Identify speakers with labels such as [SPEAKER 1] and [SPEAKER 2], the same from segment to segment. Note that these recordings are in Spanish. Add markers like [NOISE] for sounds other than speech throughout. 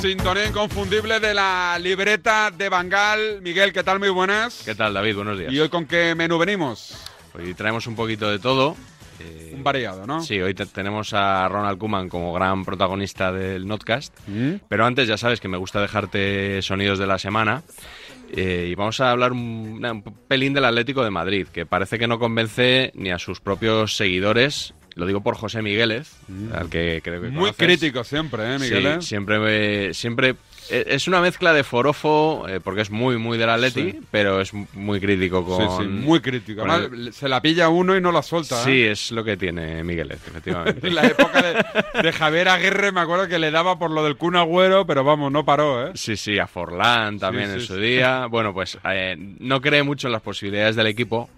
[SPEAKER 1] Sintonía inconfundible de la libreta de Bangal. Miguel, ¿qué tal? Muy buenas.
[SPEAKER 2] ¿Qué tal, David? Buenos días.
[SPEAKER 1] ¿Y hoy con qué menú venimos?
[SPEAKER 2] Hoy traemos un poquito de todo. eh,
[SPEAKER 1] Un variado, ¿no?
[SPEAKER 2] Sí, hoy te- tenemos a Ronald Koeman como gran protagonista del Notcast.
[SPEAKER 1] ¿Mm?
[SPEAKER 2] Pero antes, ya sabes que me gusta dejarte sonidos de la semana. eh, y vamos a hablar un, una- un pelín del Atlético de Madrid, que parece que no convence ni a sus propios seguidores. Lo digo por José Migueles, al que creo que
[SPEAKER 1] Mm. Muy
[SPEAKER 2] conoces.
[SPEAKER 1] crítico siempre, ¿eh, Miguel? eh?
[SPEAKER 2] Sí, siempre, me- siempre eh, es una mezcla de forofo, eh, porque es muy, muy del Atleti,
[SPEAKER 1] Sí.
[SPEAKER 2] pero es muy crítico con...
[SPEAKER 1] Sí, sí, muy crítico.
[SPEAKER 2] con
[SPEAKER 1] Además,
[SPEAKER 2] el-
[SPEAKER 1] le- Se la pilla uno y no la suelta.
[SPEAKER 2] Sí,
[SPEAKER 1] ¿eh?
[SPEAKER 2] es lo que tiene Migueles,
[SPEAKER 1] [LAUGHS]
[SPEAKER 2] efectivamente.
[SPEAKER 1] En la época de, de Javier Aguirre me acuerdo que le daba por lo del Kun Agüero, pero vamos, no paró, ¿eh?
[SPEAKER 2] Sí, sí, a Forlán también
[SPEAKER 1] Sí,
[SPEAKER 2] en
[SPEAKER 1] sí,
[SPEAKER 2] su
[SPEAKER 1] sí.
[SPEAKER 2] día. Bueno, pues eh, no cree mucho en las posibilidades del equipo,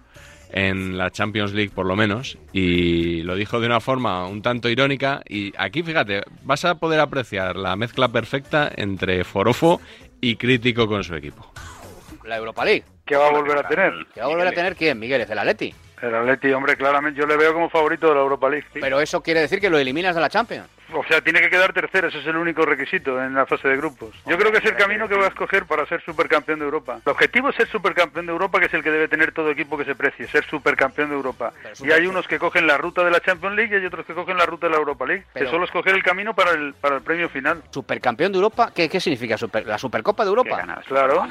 [SPEAKER 2] en la Champions League por lo menos, y lo dijo de una forma un tanto irónica. Y aquí, fíjate, vas a poder apreciar la mezcla perfecta entre forofo y crítico con su equipo.
[SPEAKER 3] La Europa League.
[SPEAKER 4] ¿Qué va a volver a tener?
[SPEAKER 3] ¿Que va a volver a tener quién? Migueles, el Atleti.
[SPEAKER 4] El Atleti, hombre, claramente yo le veo como favorito de la Europa League. sí.
[SPEAKER 3] Pero eso quiere decir que lo eliminas de la Champions.
[SPEAKER 4] o sea, tiene que quedar tercero, ese es el único requisito en la fase de grupos. Yo creo que es el camino que va a escoger para ser supercampeón de Europa. El objetivo es ser supercampeón de Europa, que es el que debe tener todo equipo que se precie, ser supercampeón de Europa.
[SPEAKER 3] Pero
[SPEAKER 4] Y hay unos que cogen la ruta de la Champions League y hay otros que cogen la ruta de la Europa League,
[SPEAKER 3] Pero-
[SPEAKER 4] que solo es coger el camino para el, para el premio final.
[SPEAKER 3] Supercampeón de Europa. ¿Qué, qué significa super- la Supercopa de Europa?
[SPEAKER 4] Claro.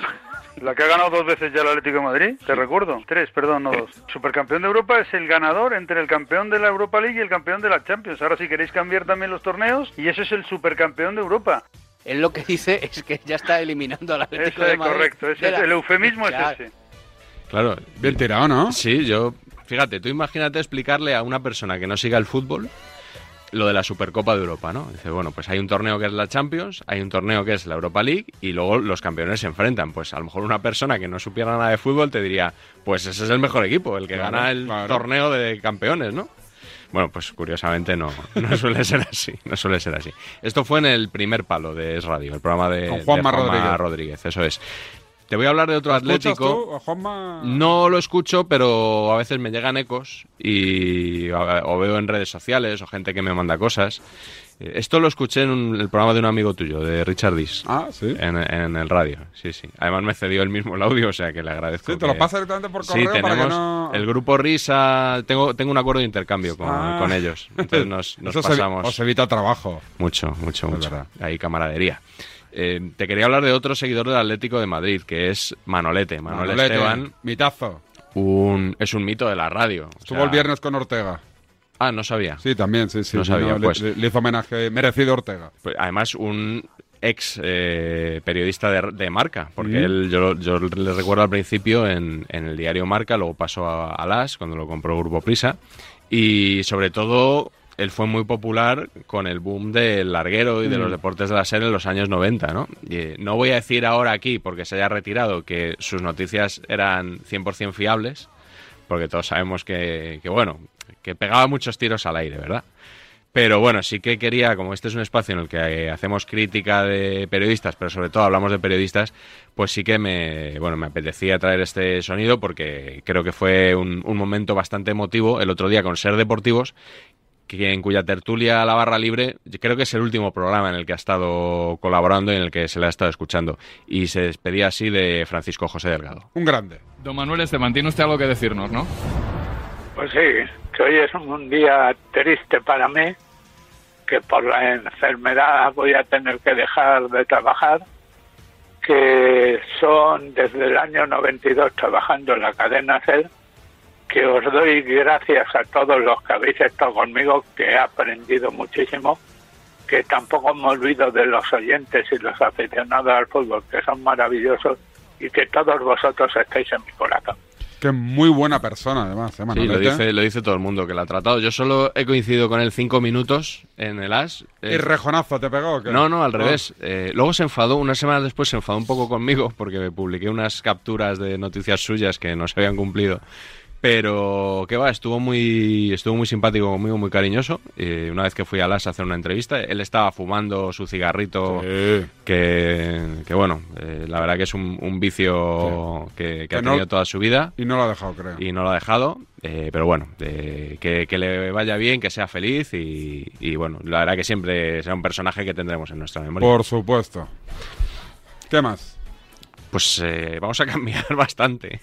[SPEAKER 4] La que ha ganado dos veces ya el Atlético de Madrid, te recuerdo. Tres, perdón, no dos. Supercampeón de Europa es el ganador entre el campeón de la Europa League y el campeón de la Champions. Ahora si queréis cambiar también los torneos y ese es el supercampeón de Europa.
[SPEAKER 3] Él lo que dice es que ya está eliminando al Atlético
[SPEAKER 4] Ese
[SPEAKER 3] de
[SPEAKER 4] es
[SPEAKER 3] Madrid.
[SPEAKER 4] correcto, ese
[SPEAKER 3] de
[SPEAKER 4] es-
[SPEAKER 3] la-
[SPEAKER 4] el eufemismo
[SPEAKER 3] Claro.
[SPEAKER 4] es ese.
[SPEAKER 2] Claro,
[SPEAKER 1] Bien tirado, ¿no?
[SPEAKER 2] Sí, yo. Fíjate, tú imagínate explicarle a una persona que no siga el fútbol lo de la Supercopa de Europa, ¿no? Dice, bueno, pues hay un torneo que es la Champions, hay un torneo que es la Europa League y luego los campeones se enfrentan. Pues a lo mejor una persona que no supiera nada de fútbol te diría, pues ese es el mejor equipo, el que
[SPEAKER 1] Claro,
[SPEAKER 2] gana el
[SPEAKER 1] claro.
[SPEAKER 2] torneo de campeones, ¿no? Bueno, pues curiosamente no, [LAUGHS] no suele ser así, no suele ser así. Esto fue en el primer palo de Es Radio, el programa de
[SPEAKER 1] Con Juanma
[SPEAKER 2] de
[SPEAKER 1] Rodríguez.
[SPEAKER 2] eso es. Te voy a hablar de otro
[SPEAKER 1] ¿Escuchas
[SPEAKER 2] Atlético.
[SPEAKER 1] tú, Juanma?
[SPEAKER 2] No lo escucho, pero a veces me llegan ecos y a- o veo en redes sociales o gente que me manda cosas. Eh, Esto lo escuché en un- el programa de un amigo tuyo, de Richard Dis,
[SPEAKER 1] Ah, sí.
[SPEAKER 2] en, en el radio. Sí, sí. Además me cedió él mismo el audio, o sea que le agradezco.
[SPEAKER 1] Sí, te lo
[SPEAKER 2] que-
[SPEAKER 1] pasa directamente por
[SPEAKER 2] Sí,
[SPEAKER 1] correo
[SPEAKER 2] tenemos
[SPEAKER 1] para que no...
[SPEAKER 2] el grupo Risa. Tengo, tengo un acuerdo de intercambio con,
[SPEAKER 1] Ah.
[SPEAKER 2] con ellos.
[SPEAKER 1] [LAUGHS]
[SPEAKER 2] Entonces nos, nos
[SPEAKER 1] Eso os evi-
[SPEAKER 2] pasamos.
[SPEAKER 1] Os evita trabajo.
[SPEAKER 2] Mucho, mucho, mucho.
[SPEAKER 1] verdad.
[SPEAKER 2] Ahí camaradería. Eh, te quería hablar de otro seguidor del Atlético de Madrid, que es Manolete. Manuel
[SPEAKER 1] Manolete,
[SPEAKER 2] Esteban
[SPEAKER 1] Mitazo.
[SPEAKER 2] un, es un mito de la radio. O
[SPEAKER 1] Estuvo
[SPEAKER 2] sea-
[SPEAKER 1] el viernes con Ortega.
[SPEAKER 2] Ah, no sabía.
[SPEAKER 1] Sí, también, sí, sí.
[SPEAKER 2] No sabía,
[SPEAKER 1] Vino, le-
[SPEAKER 2] pues.
[SPEAKER 1] le, le hizo homenaje merecido a Ortega.
[SPEAKER 2] Pues, además, un ex eh, periodista de, de Marca, porque
[SPEAKER 1] Mm.
[SPEAKER 2] él, yo, lo- yo le recuerdo al principio en, en el diario Marca, luego pasó a, a Las cuando lo compró Grupo Prisa, y sobre todo él fue muy popular con el boom del larguero y de los deportes de la SER en los años 90, ¿no? Y, eh, no voy a decir ahora aquí, porque se haya retirado, que sus noticias eran 100% fiables, porque todos sabemos que, que, bueno, que pegaba muchos tiros al aire, ¿verdad? Pero bueno, sí que quería, como este es un espacio en el que eh, hacemos crítica de periodistas, pero sobre todo hablamos de periodistas, pues sí que me, bueno, me apetecía traer este sonido porque creo que fue un, un momento bastante emotivo el otro día con Ser Deportivos, que, en cuya tertulia La Barra Libre, yo creo que es el último programa en el que ha estado colaborando y en el que se le ha estado escuchando. Y se despedía así de Francisco José Delgado.
[SPEAKER 1] Un grande.
[SPEAKER 5] Don Manuel Esteban, tiene usted algo que decirnos, ¿no?
[SPEAKER 6] Pues sí, que hoy es un día triste para mí, que por la enfermedad voy a tener que dejar de trabajar, que son desde el año 92 trabajando en la cadena SER, que os doy gracias a todos los que habéis estado conmigo, que he aprendido muchísimo, que tampoco me olvido de los oyentes y los aficionados al fútbol, que son maravillosos y que todos vosotros estáis en mi corazón.
[SPEAKER 1] Que es muy buena persona, además, ¿eh,
[SPEAKER 2] Sí, lo
[SPEAKER 1] Manolete?
[SPEAKER 2] dice, lo dice todo el mundo que la ha tratado. Yo solo he coincidido con él cinco minutos en el AS.
[SPEAKER 1] ¿Y
[SPEAKER 2] Eh,
[SPEAKER 1] rejonazo te pegó? o qué? Ah.
[SPEAKER 2] no, no, al revés. Eh, luego se enfadó, unas semanas después se enfadó un poco conmigo porque me publiqué unas capturas de noticias suyas que no se habían cumplido. Pero qué va, estuvo muy, estuvo muy simpático conmigo, muy cariñoso. Eh, una vez que fui a Las a hacer una entrevista, él estaba fumando su cigarrito,
[SPEAKER 1] Sí.
[SPEAKER 2] que, que bueno, eh, la verdad que es un, un vicio que, que ha
[SPEAKER 1] Que no-
[SPEAKER 2] tenido toda su vida
[SPEAKER 1] Y no lo ha dejado, creo.
[SPEAKER 2] y no lo ha dejado. eh, pero bueno, eh, que, que le vaya bien, que sea feliz y, y bueno, la verdad que siempre será un personaje que tendremos en nuestra memoria.
[SPEAKER 1] Por supuesto. ¿Qué más?
[SPEAKER 2] Pues eh, vamos a [LAUGHS] cambiar bastante.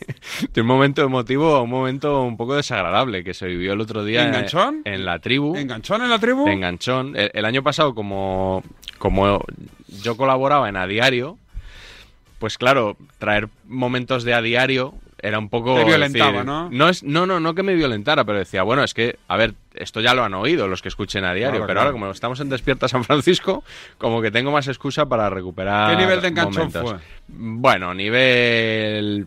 [SPEAKER 2] De un momento emotivo a un momento un poco desagradable que se vivió el otro día
[SPEAKER 1] ¿En
[SPEAKER 2] eh,
[SPEAKER 1] Ganchón?
[SPEAKER 2] en la tribu.
[SPEAKER 1] ¿Enganchón en la tribu?
[SPEAKER 2] de enganchón. El, el año pasado, como, como yo colaboraba en A Diario, pues claro, traer momentos de A Diario era un poco...
[SPEAKER 1] Te violentaba,
[SPEAKER 2] decir,
[SPEAKER 1] ¿no?
[SPEAKER 2] es, no, no, no que me violentara, pero decía, bueno, es que, a ver, esto ya lo han oído los que escuchen A Diario,
[SPEAKER 1] Claro,
[SPEAKER 2] pero
[SPEAKER 1] claro.
[SPEAKER 2] ahora como estamos en Despierta San Francisco, como que tengo más excusa para recuperar
[SPEAKER 1] ¿Qué nivel de enganchón
[SPEAKER 2] momentos.
[SPEAKER 1] fue?
[SPEAKER 2] Bueno, nivel...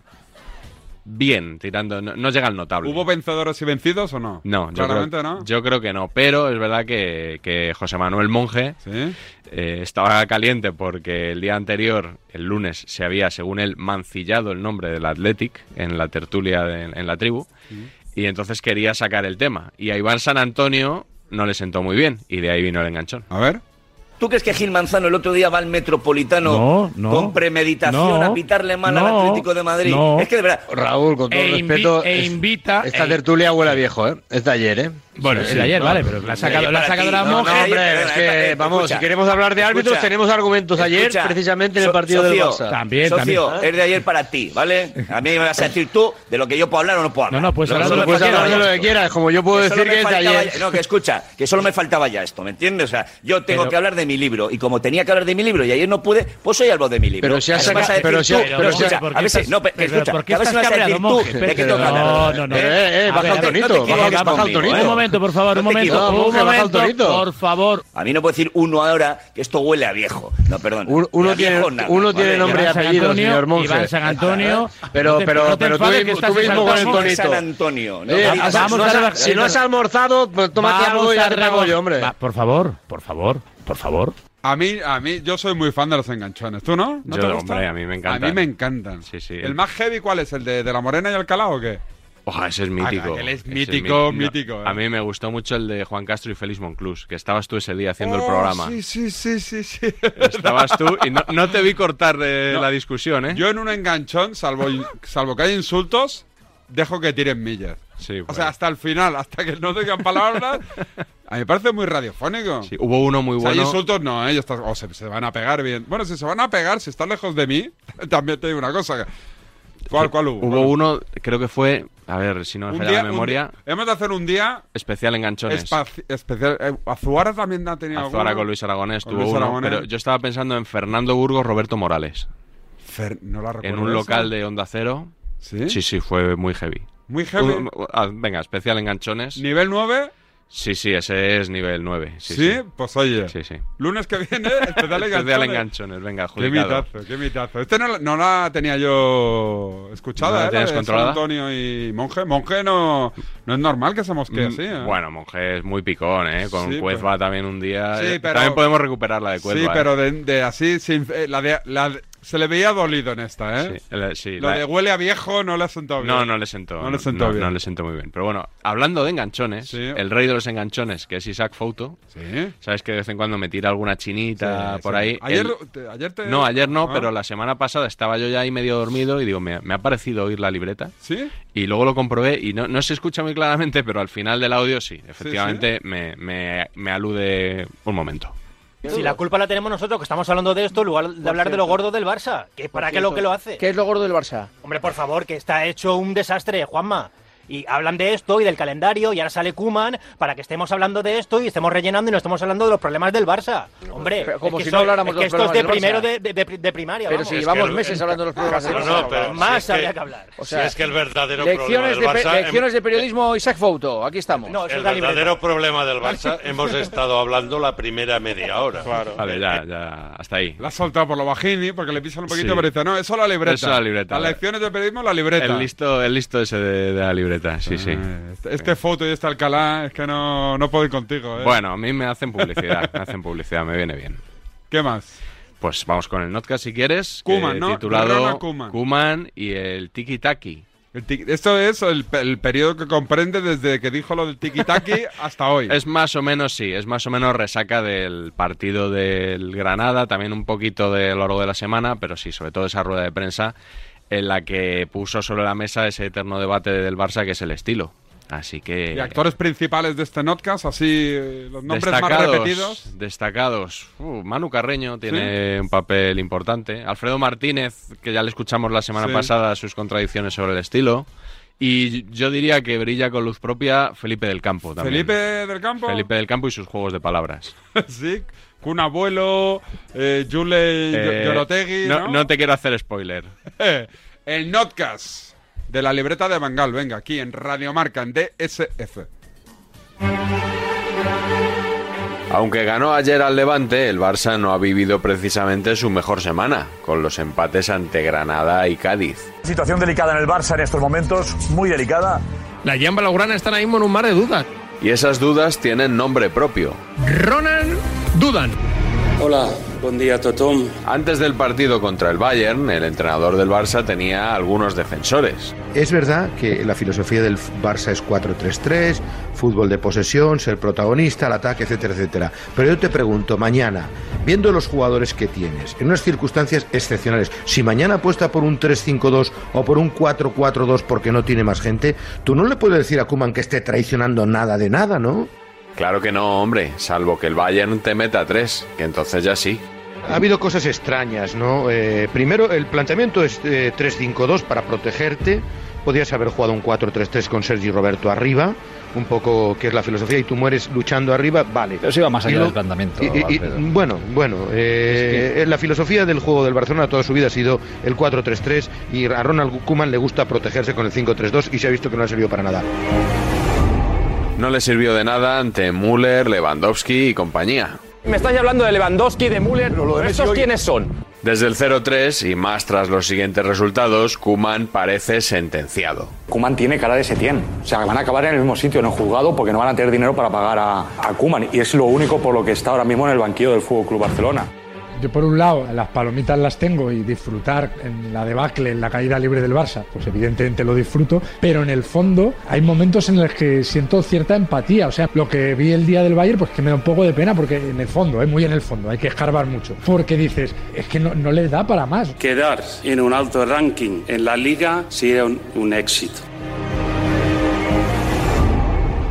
[SPEAKER 2] Bien, tirando... No, no llega al notable.
[SPEAKER 1] ¿Hubo vencedores y vencidos o no?
[SPEAKER 2] No, yo
[SPEAKER 1] Uh, claramente
[SPEAKER 2] creo,
[SPEAKER 1] no.
[SPEAKER 2] yo creo que no. Pero es verdad que, que José Manuel Monje
[SPEAKER 1] Sí.
[SPEAKER 2] eh, estaba caliente porque el día anterior, el lunes, se había, según él, mancillado el nombre del Athletic en la tertulia de- en la tribu. Y entonces quería sacar el tema. Y a Iván San Antonio no le sentó muy bien. Y de ahí vino el enganchón.
[SPEAKER 1] A ver.
[SPEAKER 7] ¿Tú crees que Gil Manzano el otro día va al Metropolitano
[SPEAKER 8] No, no.
[SPEAKER 7] con premeditación
[SPEAKER 8] No,
[SPEAKER 7] a pitarle mal
[SPEAKER 8] no,
[SPEAKER 7] al Atlético de Madrid?
[SPEAKER 8] no.
[SPEAKER 7] Es que de verdad,
[SPEAKER 9] Raúl, con todo
[SPEAKER 8] E invi-
[SPEAKER 9] respeto,
[SPEAKER 8] e
[SPEAKER 9] es-
[SPEAKER 8] invita-
[SPEAKER 9] esta
[SPEAKER 8] e-
[SPEAKER 9] tertulia huele a viejo, ¿eh? Es de ayer, ¿eh?
[SPEAKER 8] Bueno, el de ayer, vale, pero la ha sacado la, ha sacado la
[SPEAKER 7] No,
[SPEAKER 9] No,
[SPEAKER 7] Monje,
[SPEAKER 8] monja.
[SPEAKER 9] no, hombre,
[SPEAKER 7] ayer,
[SPEAKER 9] es
[SPEAKER 7] eh,
[SPEAKER 9] que,
[SPEAKER 7] eh,
[SPEAKER 9] vamos,
[SPEAKER 7] escucha,
[SPEAKER 9] si queremos hablar de árbitros,
[SPEAKER 7] escucha,
[SPEAKER 9] tenemos argumentos ayer,
[SPEAKER 7] escucha,
[SPEAKER 9] precisamente en el
[SPEAKER 7] so-
[SPEAKER 9] partido
[SPEAKER 7] socio,
[SPEAKER 9] del Barça.
[SPEAKER 8] También,
[SPEAKER 7] socio, eh,
[SPEAKER 8] también.
[SPEAKER 7] es de ayer para ti, ¿vale? A mí me vas a decir tú de lo que yo puedo hablar o no puedo hablar.
[SPEAKER 8] No, no, puedes
[SPEAKER 7] Lo que
[SPEAKER 8] hablar
[SPEAKER 9] Pero
[SPEAKER 7] solo
[SPEAKER 8] de
[SPEAKER 9] puedes
[SPEAKER 7] me
[SPEAKER 9] hablar de
[SPEAKER 7] faltaba
[SPEAKER 9] pues lo
[SPEAKER 7] ya
[SPEAKER 9] que
[SPEAKER 7] esto.
[SPEAKER 9] quieras, como yo puedo
[SPEAKER 7] Que solo
[SPEAKER 9] decir
[SPEAKER 7] me
[SPEAKER 9] que es de
[SPEAKER 7] faltaba
[SPEAKER 9] ayer.
[SPEAKER 7] ya- no, que escucha, que solo me faltaba ya esto, ¿me entiendes? O sea, yo tengo
[SPEAKER 8] Pero-
[SPEAKER 7] que hablar de mi libro y como tenía que hablar de mi libro y ayer no pude, pues hoy hablo de mi libro.
[SPEAKER 9] Pero si has
[SPEAKER 7] Ahora me vas a
[SPEAKER 9] sacado-
[SPEAKER 7] decir
[SPEAKER 9] pero si
[SPEAKER 7] tú,
[SPEAKER 9] has- pero si has-
[SPEAKER 7] escucha,
[SPEAKER 8] ¿por qué
[SPEAKER 7] a veces,
[SPEAKER 8] estás-
[SPEAKER 7] no, pero,
[SPEAKER 8] pero
[SPEAKER 7] escucha,
[SPEAKER 8] ¿por qué
[SPEAKER 7] que a veces
[SPEAKER 8] estás
[SPEAKER 7] me vas a decir
[SPEAKER 8] cabreado,
[SPEAKER 7] tú
[SPEAKER 8] monje?
[SPEAKER 7] de qué
[SPEAKER 8] Pero-
[SPEAKER 7] tengo que hablar.
[SPEAKER 8] no, no, no.
[SPEAKER 9] Eh, eh,
[SPEAKER 7] A
[SPEAKER 9] baja el
[SPEAKER 7] ver, a ver, no
[SPEAKER 9] tonito,
[SPEAKER 7] te equivoques
[SPEAKER 9] baja- baja el
[SPEAKER 7] conmigo,
[SPEAKER 9] tonito.
[SPEAKER 8] Un
[SPEAKER 7] ¿eh?
[SPEAKER 8] momento, por favor, un
[SPEAKER 7] No te
[SPEAKER 8] momento.
[SPEAKER 7] equivoques.
[SPEAKER 9] No,
[SPEAKER 8] Un
[SPEAKER 9] monje, baja el
[SPEAKER 8] momento,
[SPEAKER 9] tonito.
[SPEAKER 8] por favor.
[SPEAKER 7] A mí no puedo decir uno ahora que esto huele a viejo. No, perdón.
[SPEAKER 9] Uno- uno
[SPEAKER 7] A
[SPEAKER 9] tiene-
[SPEAKER 7] viejo nada,
[SPEAKER 9] uno tiene nombre y
[SPEAKER 8] Iván San
[SPEAKER 9] apellido,
[SPEAKER 8] Antonio,
[SPEAKER 9] señor monje.
[SPEAKER 8] Iván San Antonio.
[SPEAKER 9] Pero-
[SPEAKER 8] No te-
[SPEAKER 9] pero-
[SPEAKER 8] no te
[SPEAKER 9] pero tú
[SPEAKER 8] enfades,
[SPEAKER 9] mismo-
[SPEAKER 8] que estás
[SPEAKER 9] tú mismo
[SPEAKER 8] exaltado.
[SPEAKER 9] con el
[SPEAKER 7] Vamos de
[SPEAKER 9] tonito.
[SPEAKER 7] San Antonio. ¿no?
[SPEAKER 9] Eh,
[SPEAKER 7] Digas-
[SPEAKER 9] vas-
[SPEAKER 8] vamos
[SPEAKER 9] no
[SPEAKER 8] a
[SPEAKER 9] has-
[SPEAKER 8] rebajar-
[SPEAKER 9] si no has almorzado, pues tómate
[SPEAKER 8] Vamos
[SPEAKER 9] algo y
[SPEAKER 8] a
[SPEAKER 9] ya te pago
[SPEAKER 8] rebajar-
[SPEAKER 9] yo, hombre.
[SPEAKER 8] Va, por favor, por favor, por favor.
[SPEAKER 1] A mí, a mí, yo soy muy fan de los enganchones. ¿Tú no? ¿No
[SPEAKER 2] Yo,
[SPEAKER 1] te gusta?
[SPEAKER 2] hombre, a mí me encantan.
[SPEAKER 1] A mí me encantan.
[SPEAKER 2] Sí, sí.
[SPEAKER 1] ¿El más heavy cuál es? ¿El de, de la Morena y Alcalá o qué?
[SPEAKER 2] Ojalá, ese es mítico.
[SPEAKER 1] Ah, aquel es
[SPEAKER 2] Ese
[SPEAKER 1] mítico,
[SPEAKER 2] mi-
[SPEAKER 1] mítico, eh.
[SPEAKER 2] A mí me gustó mucho el de Juan Castro y Félix Monclús, que estabas tú ese día haciendo el
[SPEAKER 1] Oh,
[SPEAKER 2] programa.
[SPEAKER 1] Sí, sí, sí, sí, sí.
[SPEAKER 2] Estabas tú y no, no te vi cortar eh,
[SPEAKER 1] No.
[SPEAKER 2] la discusión, ¿eh?
[SPEAKER 1] Yo en un enganchón, salvo, [LAUGHS] salvo que haya insultos, dejo que tiren millas.
[SPEAKER 2] Sí,
[SPEAKER 1] O
[SPEAKER 2] bueno.
[SPEAKER 1] sea, hasta el final, [LAUGHS] hasta que no digan palabras. A mí me parece muy radiofónico.
[SPEAKER 2] Sí, hubo uno muy
[SPEAKER 1] O sea, hay
[SPEAKER 2] bueno.
[SPEAKER 1] insultos no, ¿eh? Ya estás- o se, se van a pegar bien. Bueno, si se van a pegar, si están lejos de mí, [LAUGHS] también te digo una cosa. ¿Cuál, cuál hubo?
[SPEAKER 2] Hubo uno, creo que fue, a ver si no me
[SPEAKER 1] Un
[SPEAKER 2] falla
[SPEAKER 1] día-
[SPEAKER 2] la
[SPEAKER 1] un
[SPEAKER 2] memoria,
[SPEAKER 1] día- hemos de hacer un día
[SPEAKER 2] especial enganchones.
[SPEAKER 1] espaci- especial. eh, Azuara también ha tenido
[SPEAKER 2] Azuara
[SPEAKER 1] alguno.
[SPEAKER 2] con Luis Aragonés
[SPEAKER 1] Con
[SPEAKER 2] tuvo
[SPEAKER 1] Luis
[SPEAKER 2] uno,
[SPEAKER 1] Aragonés.
[SPEAKER 2] pero yo estaba pensando en Fernando Burgos, Roberto Morales,
[SPEAKER 1] Fer- no la recuerdo.
[SPEAKER 2] en un
[SPEAKER 1] esa.
[SPEAKER 2] local de Onda Cero.
[SPEAKER 1] ¿Sí?
[SPEAKER 2] Sí, sí, fue muy heavy.
[SPEAKER 1] Muy heavy.
[SPEAKER 2] Un- ah, venga, especial enganchones.
[SPEAKER 1] Nivel 9.
[SPEAKER 2] Sí, sí, ese es nivel 9. Sí,
[SPEAKER 1] Sí,
[SPEAKER 2] sí.
[SPEAKER 1] pues oye.
[SPEAKER 2] Sí, sí.
[SPEAKER 1] Lunes que
[SPEAKER 2] [LAUGHS]
[SPEAKER 1] viene, especial
[SPEAKER 2] Especial
[SPEAKER 1] enganchón.
[SPEAKER 2] enganchones, venga,
[SPEAKER 1] Qué
[SPEAKER 2] adjudicado.
[SPEAKER 1] mitazo, qué mitazo. Este no, la- no la tenía yo
[SPEAKER 2] ¿No la
[SPEAKER 1] escuchada, ¿eh?
[SPEAKER 2] tenías
[SPEAKER 1] de
[SPEAKER 2] controlada?
[SPEAKER 1] San Antonio y Monje. Monje no, no es normal que se mosquee así, ¿eh?
[SPEAKER 2] Mm, Bueno, Monje es muy picón, ¿eh? Con
[SPEAKER 1] Sí,
[SPEAKER 2] Cuezba
[SPEAKER 1] pero-
[SPEAKER 2] también un día.
[SPEAKER 1] Sí,
[SPEAKER 2] Eh,
[SPEAKER 1] pero-
[SPEAKER 2] También podemos recuperar la de Cuezba.
[SPEAKER 1] Sí,
[SPEAKER 2] ¿eh?
[SPEAKER 1] pero de, de así, sin- eh, la de- la de- se le veía dolido en esta, ¿eh?
[SPEAKER 2] Sí, el- sí,
[SPEAKER 1] Lo
[SPEAKER 2] la-
[SPEAKER 1] de huele a viejo no le ha sentado bien.
[SPEAKER 2] No, no le sentó.
[SPEAKER 1] No le sentó bien.
[SPEAKER 2] no le sentó muy bien. Pero bueno, hablando de enganchones,
[SPEAKER 1] Sí.
[SPEAKER 2] el rey de los enganchones, que es Isaac Fouto,
[SPEAKER 1] Sí.
[SPEAKER 2] sabes que de vez en cuando me tira alguna chinita
[SPEAKER 1] Sí,
[SPEAKER 2] por
[SPEAKER 1] sí.
[SPEAKER 2] ahí.
[SPEAKER 1] Ayer,
[SPEAKER 2] Él-
[SPEAKER 1] te- ayer te-
[SPEAKER 2] No, ayer no,
[SPEAKER 1] Ah,
[SPEAKER 2] pero la semana pasada estaba yo ya ahí medio dormido y digo, me, me ha parecido oír la libreta.
[SPEAKER 1] ¿Sí?
[SPEAKER 2] Y luego lo comprobé y no, no se escucha muy claramente, pero al final del audio sí, efectivamente Me, me- me alude un momento.
[SPEAKER 10] Si la culpa la tenemos nosotros, que estamos hablando de esto, en lugar de hablar de lo gordo del Barça, que para qué lo que lo hace.
[SPEAKER 9] es lo gordo del Barça?
[SPEAKER 10] Hombre, por favor, que está hecho un desastre, Juanma. Y hablan de esto y del calendario, y ahora sale Kuman para que estemos hablando de esto y estemos rellenando y no estemos hablando de los problemas del Barça. Hombre,
[SPEAKER 9] Pero como
[SPEAKER 10] es que
[SPEAKER 9] si no
[SPEAKER 10] eso-
[SPEAKER 9] habláramos
[SPEAKER 10] es que
[SPEAKER 9] los
[SPEAKER 10] esto es de
[SPEAKER 9] problemas del
[SPEAKER 10] primero
[SPEAKER 9] Barça.
[SPEAKER 10] de, de- de- de primaria.
[SPEAKER 9] Pero
[SPEAKER 10] vamos.
[SPEAKER 9] si llevamos meses hablando de los problemas del Barça.
[SPEAKER 10] más habría que hablar.
[SPEAKER 9] O sea,
[SPEAKER 11] es que el verdadero
[SPEAKER 9] lecciones, de,
[SPEAKER 11] problema del
[SPEAKER 9] pe-
[SPEAKER 11] Barça,
[SPEAKER 9] lecciones de periodismo Isaac Fouto, aquí estamos.
[SPEAKER 10] em, No, eso
[SPEAKER 11] el
[SPEAKER 10] es la libreta.
[SPEAKER 11] verdadero problema del
[SPEAKER 10] [LAUGHS]
[SPEAKER 11] Barça hemos estado hablando la primera media hora.
[SPEAKER 2] A ver, ya, ya, hasta ahí.
[SPEAKER 1] La ha soltado por lo bajín, porque le pisan un poquito,
[SPEAKER 2] Sí.
[SPEAKER 1] pero dice, no, eso la libreta.
[SPEAKER 2] Eso la libreta,
[SPEAKER 1] Las
[SPEAKER 2] vale.
[SPEAKER 1] lecciones de periodismo, la libreta.
[SPEAKER 2] El listo, el listo ese de, de la libreta, sí, sí.
[SPEAKER 1] Ah, Este, este foto y este Alcalá, es que no, no puedo ir contigo, ¿eh?
[SPEAKER 2] Bueno, a mí me hacen publicidad, me hacen publicidad, me viene bien.
[SPEAKER 1] ¿Qué más?
[SPEAKER 2] Pues vamos con el notcast si quieres,
[SPEAKER 1] Koeman,
[SPEAKER 2] que-
[SPEAKER 1] ¿no?
[SPEAKER 2] titulado
[SPEAKER 1] Ronald Koeman.
[SPEAKER 2] Kuman y el Tiki Taki.
[SPEAKER 1] El tiki- Esto es el, pe- [LAUGHS] el periodo que comprende desde que dijo lo del
[SPEAKER 2] [LAUGHS]
[SPEAKER 1] tiki-taki hasta hoy.
[SPEAKER 2] Es más o menos, sí, es más o menos resaca del partido del Granada, también un poquito de lo largo de la semana, pero sí, sobre todo esa rueda de prensa en la que puso sobre la mesa ese eterno debate del Barça que es el estilo. Así que...
[SPEAKER 1] Y actores principales de este podcast, así eh, los nombres más
[SPEAKER 2] destacados,
[SPEAKER 1] repetidos. [LAUGHS]
[SPEAKER 2] Destacados. Uh, Manu Carreño tiene un papel importante. Alfredo Martínez, que ya le escuchamos la semana
[SPEAKER 1] Sí.
[SPEAKER 2] pasada sus contradicciones sobre el estilo. Y yo diría que brilla con luz propia Felipe del Campo también.
[SPEAKER 1] Felipe del Campo.
[SPEAKER 2] Felipe del Campo y sus juegos de palabras.
[SPEAKER 1] sí. Kun Abuelo, [LAUGHS] eh, Jule
[SPEAKER 2] Eh,
[SPEAKER 1] Yorotegui.
[SPEAKER 2] no,
[SPEAKER 1] ¿no?
[SPEAKER 2] no te quiero hacer spoiler.
[SPEAKER 1] eh, el Notcast de la libreta de Bangal. Venga, aquí en Radiomarca, en DSF.
[SPEAKER 2] Aunque ganó ayer al Levante, el Barça no ha vivido precisamente su mejor semana, con los empates ante Granada y Cádiz.
[SPEAKER 12] Situación delicada en el Barça en estos momentos, muy delicada.
[SPEAKER 2] La Jan Blaugrana están ahí mismo en un mar de dudas. Y esas dudas tienen nombre propio.
[SPEAKER 13] Ronan Dudan.
[SPEAKER 2] Hola, buen día Totom. Antes del partido contra el Bayern, el entrenador del Barça tenía algunos defensores.
[SPEAKER 14] Es verdad que la filosofía del Barça es 4-3-3, fútbol de posesión, ser protagonista, el ataque, etcétera, etcétera. Pero yo te pregunto, mañana, viendo los jugadores que tienes, en unas circunstancias excepcionales, si mañana apuesta por un 3-5-2 o por un 4-4-2 porque no tiene más gente, tú no le puedes decir a Kuman que esté traicionando nada de nada, ¿no?
[SPEAKER 2] Claro que no, hombre, salvo que el Bayern te meta tres, que entonces ya sí.
[SPEAKER 14] Ha habido cosas extrañas, ¿no? Eh, primero, el planteamiento es eh, 3-5-2 para protegerte. Podías haber jugado un 4-3-3 con Sergi Roberto arriba, un poco que es la filosofía, y tú mueres luchando arriba, vale. Pero
[SPEAKER 15] eso iba más allá del planteamiento, Alfredo.
[SPEAKER 14] bueno, bueno, eh, eh, la filosofía del juego del Barcelona toda su vida ha sido el 4-3-3 y a Ronald Koeman le gusta protegerse con el 5-3-2 y se ha visto que no ha servido para nada.
[SPEAKER 2] No le sirvió de nada ante Müller, Lewandowski y compañía.
[SPEAKER 16] Me estáis hablando de Lewandowski, de Müller. ¿Estos quiénes son?
[SPEAKER 2] Desde el 0-3 y más tras los siguientes resultados, Kuman parece sentenciado.
[SPEAKER 17] Kuman tiene cara de Setién. O sea, van a acabar en el mismo sitio, en el juzgado, porque no van a tener dinero para pagar a, a Kuman. Y es lo único por lo que está ahora mismo en el banquillo del Fútbol Club Barcelona.
[SPEAKER 15] Yo por un lado las palomitas las tengo y disfrutar en la debacle, en la caída libre del Barça, pues evidentemente lo disfruto, pero en el fondo hay momentos en los que siento cierta empatía, o sea, lo que vi el día del Bayern pues que me da un poco de pena porque en el fondo, es muy en el fondo, hay que escarbar mucho, porque dices, es que no, no le da para más.
[SPEAKER 18] Quedar en un alto ranking en la liga sería un, un éxito.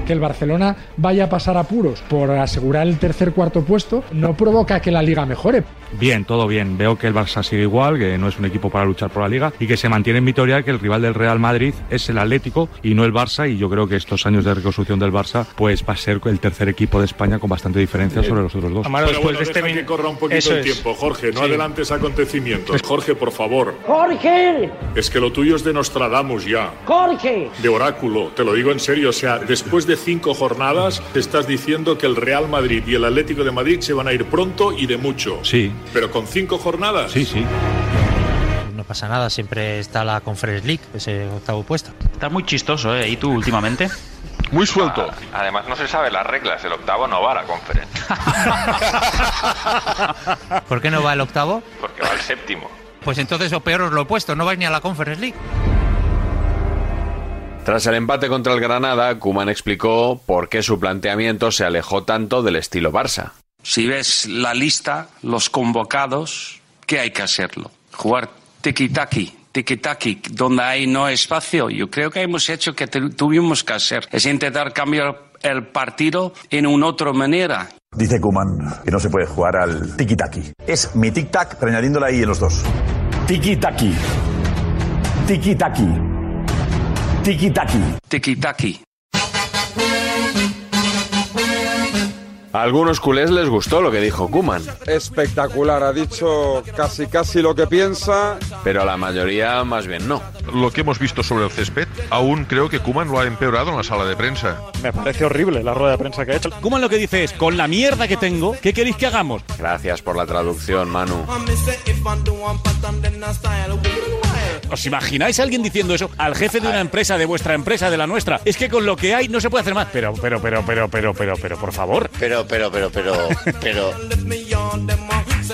[SPEAKER 15] Que el Barcelona vaya a pasar apuros por asegurar el tercer cuarto puesto no provoca que la liga mejore.
[SPEAKER 19] Bien, todo bien. Veo que el Barça sigue igual, que no es un equipo para luchar por la liga y que se mantiene en Vitoria, que el rival del Real Madrid es el Atlético y no el Barça. Y yo creo que estos años de reconstrucción del Barça, pues va a ser el tercer equipo de España con bastante diferencia sobre los otros dos.
[SPEAKER 20] Pero bueno, deja que corra un poquito
[SPEAKER 19] este Eso
[SPEAKER 20] el
[SPEAKER 19] es.
[SPEAKER 20] tiempo, Jorge. No
[SPEAKER 19] Sí.
[SPEAKER 20] adelantes acontecimientos. Jorge, por favor.
[SPEAKER 21] Jorge,
[SPEAKER 20] Es que lo tuyo es de Nostradamus ya.
[SPEAKER 21] Jorge,
[SPEAKER 20] De oráculo, te lo digo en serio. O sea, después de cinco jornadas, te estás diciendo que el Real Madrid y el Atlético de Madrid se van a ir pronto y de mucho.
[SPEAKER 19] Sí,
[SPEAKER 20] Pero con cinco jornadas.
[SPEAKER 19] sí, sí.
[SPEAKER 22] No pasa nada, siempre está la Conference League, ese octavo puesto. Estás muy chistoso, ¿eh? ¿Y tú últimamente?
[SPEAKER 20] Muy suelto.
[SPEAKER 23] Además, no se sabe las reglas. El octavo no va a la conferencia.
[SPEAKER 22] [LAUGHS] ¿Por qué no va el octavo?
[SPEAKER 23] Porque va el séptimo.
[SPEAKER 22] Pues entonces o peor os lo he puesto, no vais ni a la Conference League.
[SPEAKER 2] Tras el empate contra el Granada, Kuman explicó por qué su planteamiento se alejó tanto del estilo Barça.
[SPEAKER 18] Si ves la lista, los convocados, ¿qué hay que hacerlo? Jugar tiki-taki, tiki-taki, donde hay no espacio. Yo creo que hemos hecho que tu- tuvimos que hacer. Es intentar cambiar el partido en una otra manera.
[SPEAKER 12] Dice Kuman que no se puede jugar al tiki-taki. Es mi tic-tac, pero añadiéndola ahí en los dos. Tiki-taki. Tiki-taki. Tiki-taki.
[SPEAKER 18] Tiki-taki.
[SPEAKER 2] A algunos culés les gustó lo que dijo Kuman,
[SPEAKER 1] Espectacular, ha dicho casi casi lo que piensa.
[SPEAKER 2] pero a la mayoría más bien no.
[SPEAKER 24] Lo que hemos visto sobre el césped, aún creo que Kuman lo ha empeorado en la sala de prensa.
[SPEAKER 25] Me parece horrible la rueda de prensa que ha hecho. Kuman lo que dice es, con la mierda que tengo, ¿qué queréis que hagamos?
[SPEAKER 2] Gracias por la traducción, Manu.
[SPEAKER 25] ¿Os imagináis a alguien diciendo eso al jefe de una empresa, de vuestra empresa, de la nuestra? Es que con lo que hay no se puede hacer más. Pero, pero, pero, pero, pero, pero, pero, por favor.
[SPEAKER 26] Pero, pero, pero,
[SPEAKER 25] [LAUGHS]
[SPEAKER 26] pero, pero.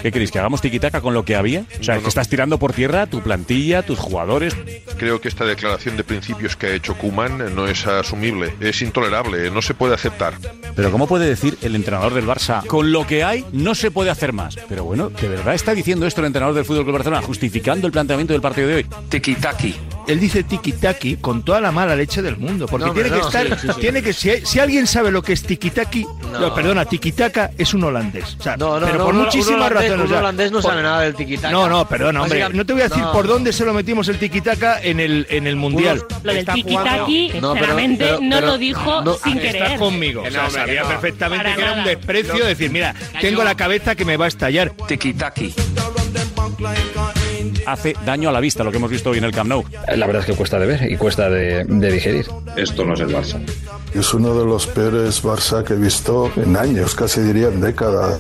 [SPEAKER 25] ¿Qué queréis? ¿Que hagamos tiquitaca con lo que había? O sea, que estás tirando por tierra tu plantilla, tus jugadores.
[SPEAKER 20] Creo que esta declaración de principios que ha hecho Kuman no es asumible, es intolerable, no se puede aceptar.
[SPEAKER 25] Pero ¿cómo puede decir el entrenador del Barça, con lo que hay no se puede hacer más? Pero bueno, ¿de verdad está diciendo esto el entrenador del Fútbol Club Barcelona, justificando el planteamiento del partido de hoy?
[SPEAKER 27] Tiki-taki.
[SPEAKER 14] Él dice tiki-taki con toda la mala leche del mundo, porque No, tiene hombre, que no, estar, sí, sí, sí. tiene que si, si alguien sabe lo que es tiki-taki, No. no, perdona, tiki-taka es un holandés. O sea,
[SPEAKER 26] no,
[SPEAKER 14] pero
[SPEAKER 26] no,
[SPEAKER 14] por
[SPEAKER 26] un hola-
[SPEAKER 14] muchísimas
[SPEAKER 26] un holandés-
[SPEAKER 14] razones.
[SPEAKER 26] un
[SPEAKER 14] o sea,
[SPEAKER 26] holandés no
[SPEAKER 14] por-
[SPEAKER 26] sabe nada del tiki-taka.
[SPEAKER 14] No, no, perdona, hombre.
[SPEAKER 26] Básicamente-
[SPEAKER 14] no te voy a decir
[SPEAKER 26] no.
[SPEAKER 14] por dónde se lo metimos el tiki-taka en el en el mundial.
[SPEAKER 19] Lo del tiki-taki, sinceramente, no lo dijo sin
[SPEAKER 14] estás
[SPEAKER 19] querer.
[SPEAKER 14] conmigo.
[SPEAKER 19] Que
[SPEAKER 14] O sea,
[SPEAKER 19] no, hombre,
[SPEAKER 14] sabía
[SPEAKER 19] que no.
[SPEAKER 14] perfectamente
[SPEAKER 19] Para
[SPEAKER 14] que era un
[SPEAKER 19] nada.
[SPEAKER 14] desprecio decir, mira,
[SPEAKER 19] Cayó.
[SPEAKER 14] tengo la cabeza que me va a estallar.
[SPEAKER 27] Tiki-taki.
[SPEAKER 25] Hace daño a la vista lo que hemos visto hoy en el Camp Nou.
[SPEAKER 28] La verdad es que cuesta de ver y cuesta de, de digerir.
[SPEAKER 29] Esto no es el Barça.
[SPEAKER 5] Es uno de los peores Barça que he visto en años, casi diría en décadas.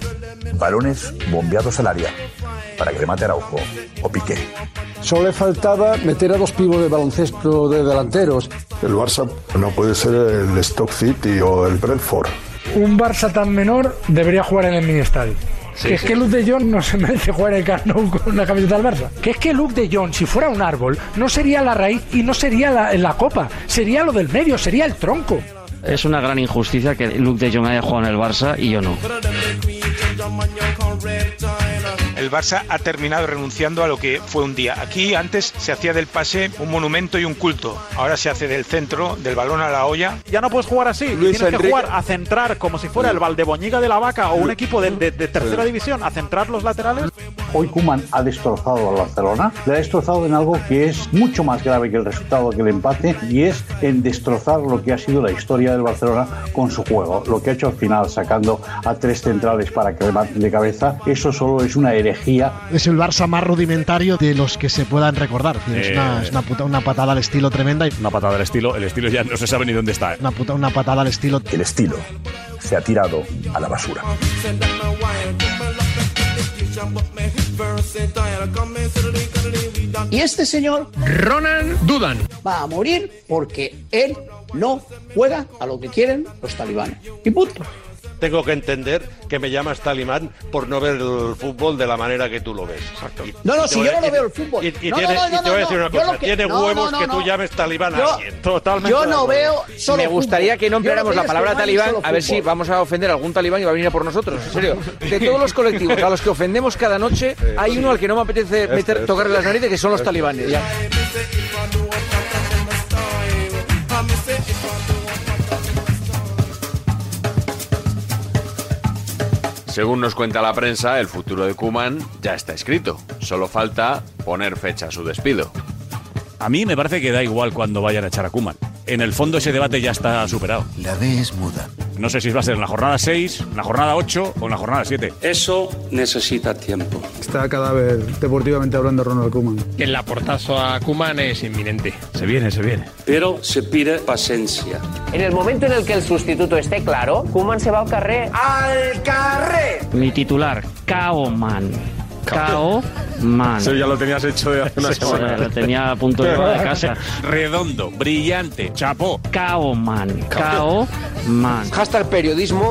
[SPEAKER 30] Balones bombeados al área para que remate Araujo o Piqué.
[SPEAKER 31] Solo le faltaba meter a dos pibos de baloncesto de delanteros.
[SPEAKER 5] El Barça no puede ser el Stock City o el Brentford.
[SPEAKER 15] Un Barça tan menor debería jugar en el mini estadio.
[SPEAKER 5] Sí,
[SPEAKER 15] que es
[SPEAKER 5] sí.
[SPEAKER 15] que Luke de Jong no se [LAUGHS] merece jugar en el Camp Nou con una camiseta del Barça. Que es que Luke de Jong, si fuera un árbol, no sería la raíz y no sería la, la copa. Sería lo del medio, sería el tronco.
[SPEAKER 28] Es una gran injusticia que Luke de Jong haya jugado en el Barça y yo no.
[SPEAKER 4] El Barça ha terminado renunciando a lo que fue un día. Aquí antes se hacía del pase un monumento y un culto. Ahora se hace del centro, del balón a la olla.
[SPEAKER 10] Ya no puedes jugar así. Tienes que
[SPEAKER 4] Enrique.
[SPEAKER 10] jugar a centrar como si fuera el Valdeboñiga de la Vaca o un equipo de, de- de tercera división, a centrar los laterales.
[SPEAKER 16] Hoy Kuman ha destrozado al Barcelona, le ha destrozado en algo que es mucho más grave que el resultado que el empate y es en destrozar lo que ha sido la historia del Barcelona con su juego. Lo que ha hecho al final sacando a tres centrales para que rematen de cabeza, eso solo es una herejía
[SPEAKER 32] Es el Barça más rudimentario de los que se puedan recordar. Es decir, Es
[SPEAKER 25] Eh.
[SPEAKER 32] una, es una puta- una patada al estilo tremenda y
[SPEAKER 25] Una patada del estilo, el estilo ya no se sabe ni dónde está. ¿eh?
[SPEAKER 32] una, puta- una patada al estilo.
[SPEAKER 30] El estilo se ha tirado a la basura.
[SPEAKER 5] Y este señor, Ronan Dudan, va a morir porque él no juega a lo que quieren los talibanes. Y punto.
[SPEAKER 33] Tengo que entender que me llamas talibán por no ver el fútbol de la manera que tú lo ves. Y-
[SPEAKER 5] No, no,
[SPEAKER 33] y te
[SPEAKER 5] si
[SPEAKER 33] voy
[SPEAKER 5] yo
[SPEAKER 33] a-
[SPEAKER 5] no lo
[SPEAKER 33] y-
[SPEAKER 5] veo el fútbol.
[SPEAKER 33] Y, y
[SPEAKER 5] No, no,
[SPEAKER 33] tiene-
[SPEAKER 5] no,
[SPEAKER 33] y
[SPEAKER 5] no,
[SPEAKER 33] te voy a decir
[SPEAKER 5] no.
[SPEAKER 33] una
[SPEAKER 5] Yo
[SPEAKER 33] cosa.
[SPEAKER 5] lo que-
[SPEAKER 33] Tiene
[SPEAKER 5] no,
[SPEAKER 33] huevos
[SPEAKER 5] no,
[SPEAKER 33] que
[SPEAKER 5] no,
[SPEAKER 33] tú
[SPEAKER 5] no.
[SPEAKER 33] llames talibán a
[SPEAKER 5] Yo-
[SPEAKER 33] alguien.
[SPEAKER 5] Yo no veo solo
[SPEAKER 34] Me gustaría
[SPEAKER 5] fútbol.
[SPEAKER 34] que no empleáramos
[SPEAKER 5] Yo no
[SPEAKER 34] la
[SPEAKER 5] veo
[SPEAKER 34] palabra
[SPEAKER 5] solo
[SPEAKER 34] talibán,
[SPEAKER 5] fútbol.
[SPEAKER 34] a ver si vamos a ofender a algún talibán y va a venir a por nosotros, en serio. De todos los colectivos a los que ofendemos cada noche, hay uno al que no me apetece
[SPEAKER 31] Este,
[SPEAKER 34] meter,
[SPEAKER 31] este.
[SPEAKER 34] tocarle las narices, que son los
[SPEAKER 31] Este.
[SPEAKER 34] talibanes.
[SPEAKER 5] [LAUGHS]
[SPEAKER 34] ya.
[SPEAKER 2] Según nos cuenta la prensa, el futuro de Kuman ya está escrito. Solo falta poner fecha a su despido.
[SPEAKER 25] A mí me parece que da igual cuando vayan a echar a Kuman. En el fondo ese debate ya está superado.
[SPEAKER 4] La D es muda.
[SPEAKER 25] No sé si va a ser en la jornada 6, en la jornada 8 o en la jornada 7.
[SPEAKER 27] Eso necesita tiempo.
[SPEAKER 4] Está cadáver deportivamente hablando Ronald Koeman.
[SPEAKER 27] El aportazo a Kuman es inminente.
[SPEAKER 25] Se viene, se viene.
[SPEAKER 27] Pero se pide paciencia.
[SPEAKER 10] En el momento en el que el sustituto esté claro, Kuman se va al carrer. ¡Al carrer!
[SPEAKER 28] Mi titular, Kao Man. Kao Man.
[SPEAKER 25] Eso ya
[SPEAKER 28] lo tenías hecho de hace una semana. Lo tenía a punto de llevar a [LAUGHS] casa.
[SPEAKER 25] Redondo, brillante, chapo.
[SPEAKER 28] Kao Man. Kao Man.
[SPEAKER 34] Hashtag periodismo.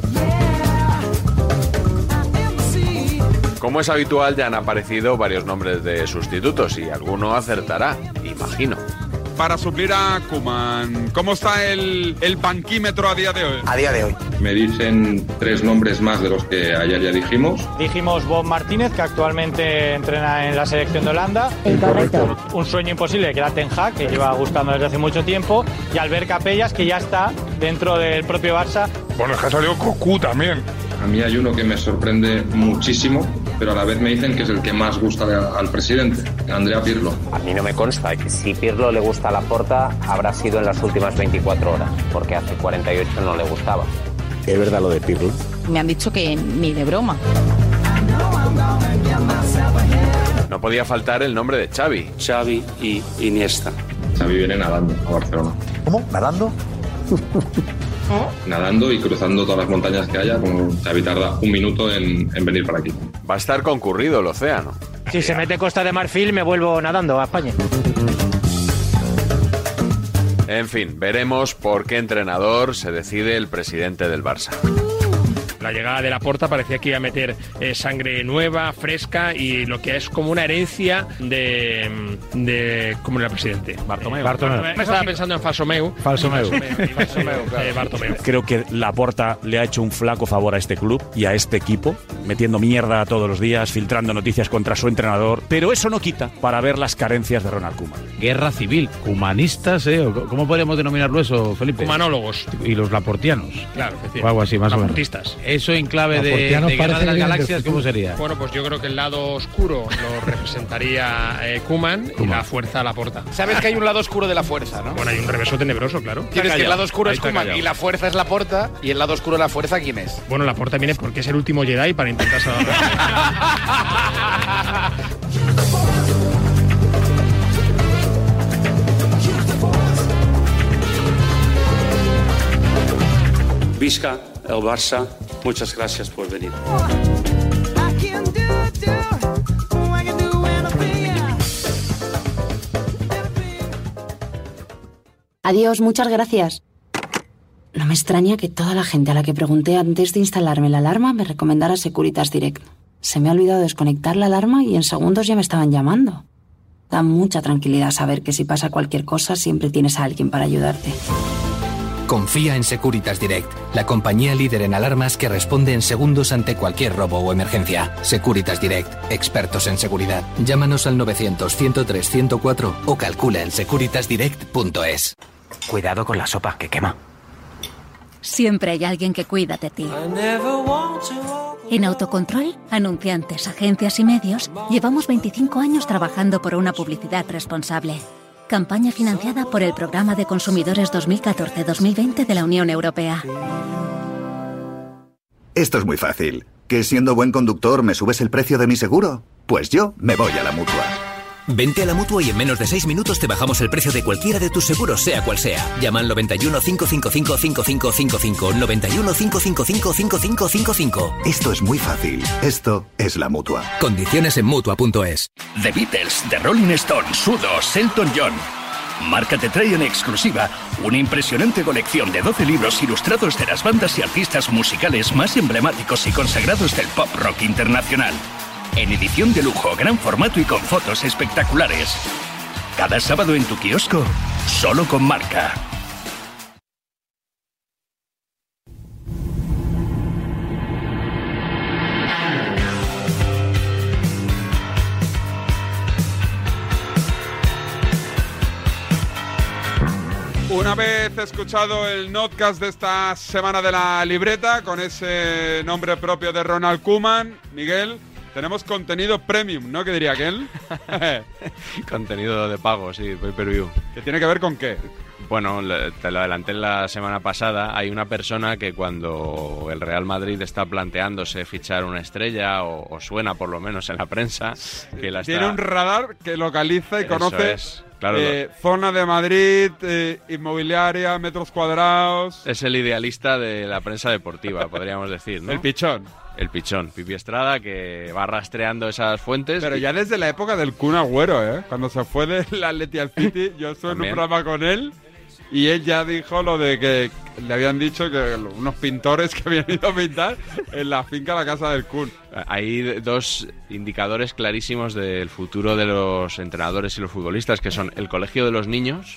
[SPEAKER 2] Como es habitual, ya han aparecido varios nombres de sustitutos y alguno acertará, imagino.
[SPEAKER 1] Para suplir a Kuman, ¿cómo está el, el banquímetro a día de hoy?
[SPEAKER 4] A día de hoy.
[SPEAKER 35] Me dicen tres nombres más de los que ayer ya dijimos.
[SPEAKER 10] Dijimos Bob Martínez, que actualmente entrena en la selección de Holanda. Un sueño imposible, que era Ten Hag, que lleva gustando desde hace mucho tiempo. Y Albert Capellas, que ya está dentro del propio Barça.
[SPEAKER 35] Bueno, es que ha salido Cocu también. A mí hay uno que me sorprende muchísimo, pero a la vez me dicen que es el que más gusta a- al presidente, Andrea Pirlo.
[SPEAKER 10] A mí no me consta. Si Pirlo le gusta la porta, habrá sido en las últimas 24 horas, porque hace 48 no le gustaba.
[SPEAKER 4] Es verdad lo de Pirlo.
[SPEAKER 16] Me han dicho que [LAUGHS] ni de broma.
[SPEAKER 2] No podía faltar el nombre de Xavi.
[SPEAKER 27] Xavi y Iniesta.
[SPEAKER 35] Xavi viene nadando a Barcelona.
[SPEAKER 30] ¿Cómo? ¿Nadando?
[SPEAKER 35] Nadando y cruzando todas las montañas que haya, como Xavi tarda un minuto en, en venir para aquí.
[SPEAKER 2] Va a estar concurrido el océano.
[SPEAKER 36] Si se mete Costa de Marfil, me vuelvo nadando a España.
[SPEAKER 2] En fin, veremos por qué entrenador se decide el presidente del Barça.
[SPEAKER 7] La llegada de la porta parecía que iba a meter eh, sangre nueva, fresca y lo que es como una herencia de. mm, de ¿Cómo era el presidente? Bartomeu.
[SPEAKER 15] Bartomeu.
[SPEAKER 7] Me estaba pensando en Falsomeu.
[SPEAKER 15] Falsomeu.
[SPEAKER 7] Falsomeu, eh, Bartomeu.
[SPEAKER 25] Creo que Laporta le ha hecho un flaco favor a este club y a este equipo, metiendo mierda todos los días, filtrando noticias contra su entrenador, pero eso no quita para ver las carencias de Ronald Koeman.
[SPEAKER 8] Guerra civil, cumanistas, ¿eh? ¿O ¿Cómo podríamos denominarlo eso, Felipe?
[SPEAKER 7] Cumanólogos.
[SPEAKER 8] Y los laportianos.
[SPEAKER 7] Claro, efectivamente.
[SPEAKER 8] O algo así, más o menos.
[SPEAKER 7] Laportistas.
[SPEAKER 8] Eso en clave de,
[SPEAKER 7] Laportianos
[SPEAKER 8] de Guerra de las
[SPEAKER 7] parece que vienen del
[SPEAKER 8] Galaxias, ¿cómo
[SPEAKER 7] futuro.
[SPEAKER 8] sería?
[SPEAKER 7] Bueno, pues yo creo que el lado oscuro lo representaría eh, Kuman y la fuerza a la porta.
[SPEAKER 10] Sabes que hay un lado oscuro de la fuerza, ¿no?
[SPEAKER 7] Bueno, hay un reverso tenebroso, claro.
[SPEAKER 10] Tienes que el lado oscuro
[SPEAKER 7] Ahí
[SPEAKER 10] es
[SPEAKER 7] está
[SPEAKER 10] Kuman
[SPEAKER 7] callado.
[SPEAKER 10] y la fuerza es la porta. ¿Y el lado oscuro de la fuerza quién es?
[SPEAKER 7] Bueno, la porta viene porque es el último Jedi para intentar salvar.
[SPEAKER 18] Visca, el Barça, muchas gracias por venir.
[SPEAKER 13] Adiós, muchas gracias. No me extraña que toda la gente a la que pregunté antes de instalarme la alarma me recomendara Securitas Direct. Se me ha olvidado desconectar la alarma y en segundos ya me estaban llamando. Da mucha tranquilidad saber que si pasa cualquier cosa siempre tienes a alguien para ayudarte.
[SPEAKER 14] Confía en Securitas Direct, la compañía líder en alarmas que responde en segundos ante cualquier robo o emergencia. Securitas Direct, expertos en seguridad. Llámanos al 900-103-104 o calcula en securitasdirect.es. Cuidado con la sopa que quema.
[SPEAKER 16] Siempre hay alguien que cuida de ti. En Autocontrol, anunciantes, agencias y medios, llevamos 25 años trabajando por una publicidad responsable. Campaña financiada por el Programa de Consumidores 2014-2020 de la Unión Europea.
[SPEAKER 17] Esto es muy fácil. ¿Que siendo buen conductor me subes el precio de mi seguro? Pues yo me voy a la mutua.
[SPEAKER 19] Vente a la mutua y en menos de 6 minutos te bajamos el precio de cualquiera de tus seguros, sea cual sea. Llama al 91 555 5555, 91 555 5555.
[SPEAKER 17] Esto es muy fácil. Esto es la mutua.
[SPEAKER 19] Condiciones en mutua.es.
[SPEAKER 20] The Beatles, The Rolling Stones, Sudos, Elton John. Marca te trae en exclusiva una impresionante colección de 12 libros ilustrados de las bandas y artistas musicales más emblemáticos y consagrados del pop rock internacional. En edición de lujo, gran formato y con fotos espectaculares. Cada sábado en tu kiosco, solo con marca.
[SPEAKER 1] Una vez escuchado el notcast de esta semana de la libreta, con ese nombre propio de Ronald Kuman, Miguel, tenemos contenido premium, ¿no? ¿Qué diría
[SPEAKER 2] [LAUGHS]
[SPEAKER 1] aquel?
[SPEAKER 2] Contenido de pago, sí, pay per view.
[SPEAKER 1] ¿Que tiene que ver con qué?
[SPEAKER 2] Bueno, le- te lo adelanté la semana pasada. Hay una persona que cuando el Real Madrid está planteándose fichar una estrella, o, o suena por lo menos en la prensa, que
[SPEAKER 1] [LAUGHS]
[SPEAKER 2] la
[SPEAKER 1] Tiene
[SPEAKER 2] está-
[SPEAKER 1] un radar que localiza y
[SPEAKER 2] Eso
[SPEAKER 1] conoce
[SPEAKER 2] es, claro,
[SPEAKER 1] eh, zona de Madrid, eh, inmobiliaria, metros cuadrados.
[SPEAKER 2] Es el idealista de la prensa deportiva, podríamos decir,
[SPEAKER 1] [LAUGHS]
[SPEAKER 2] ¿no?
[SPEAKER 1] El pichón.
[SPEAKER 2] El pichón, Pipi Estrada, que va rastreando esas fuentes.
[SPEAKER 1] Pero
[SPEAKER 2] y-
[SPEAKER 1] ya desde la época del Kun Agüero, ¿eh? Cuando se fue [LAUGHS] del Atleti al City, yo estuve en un
[SPEAKER 2] También.
[SPEAKER 1] programa con él y él ya dijo lo de que le habían dicho que unos pintores que habían ido a pintar en la finca la casa del Kun.
[SPEAKER 2] Hay dos indicadores clarísimos del futuro de los entrenadores y los futbolistas, que son el colegio de los niños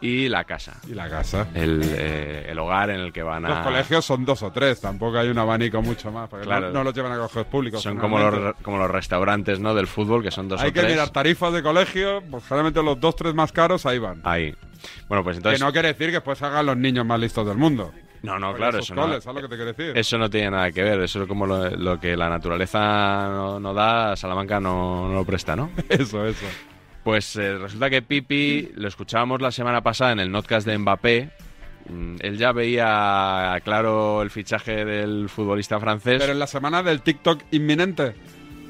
[SPEAKER 2] y la casa.
[SPEAKER 1] Y la casa.
[SPEAKER 2] El, eh, el hogar en el que van a...
[SPEAKER 1] Los colegios son dos o tres, tampoco hay un abanico mucho más, porque
[SPEAKER 2] Claro.
[SPEAKER 1] no, no los llevan a colegios públicos.
[SPEAKER 2] Son como
[SPEAKER 1] generalmente.
[SPEAKER 2] los, como los restaurantes ¿no? del fútbol, que son dos
[SPEAKER 1] Hay
[SPEAKER 2] o
[SPEAKER 1] que
[SPEAKER 2] tres.
[SPEAKER 1] mirar tarifas de colegio, pues generalmente los dos, tres más caros, ahí van.
[SPEAKER 2] Ahí. Bueno, pues entonces...
[SPEAKER 1] que no quiere decir que pues hagan los niños más listos del mundo.
[SPEAKER 2] No, no,
[SPEAKER 1] Porque
[SPEAKER 2] claro,
[SPEAKER 1] sus
[SPEAKER 2] eso no-
[SPEAKER 1] coles, ¿sabes lo que te quiero decir?
[SPEAKER 2] Eso no tiene nada que ver, eso es como lo, lo que la naturaleza no, no da, Salamanca no, no lo presta,
[SPEAKER 1] [LAUGHS]
[SPEAKER 2] ¿no?
[SPEAKER 1] Eso, eso.
[SPEAKER 2] Pues eh, resulta que Pipi lo escuchábamos la semana pasada en el podcast de Mbappé. Mm, Él ya veía claro el fichaje del futbolista francés.
[SPEAKER 1] Pero en la semana del TikTok inminente,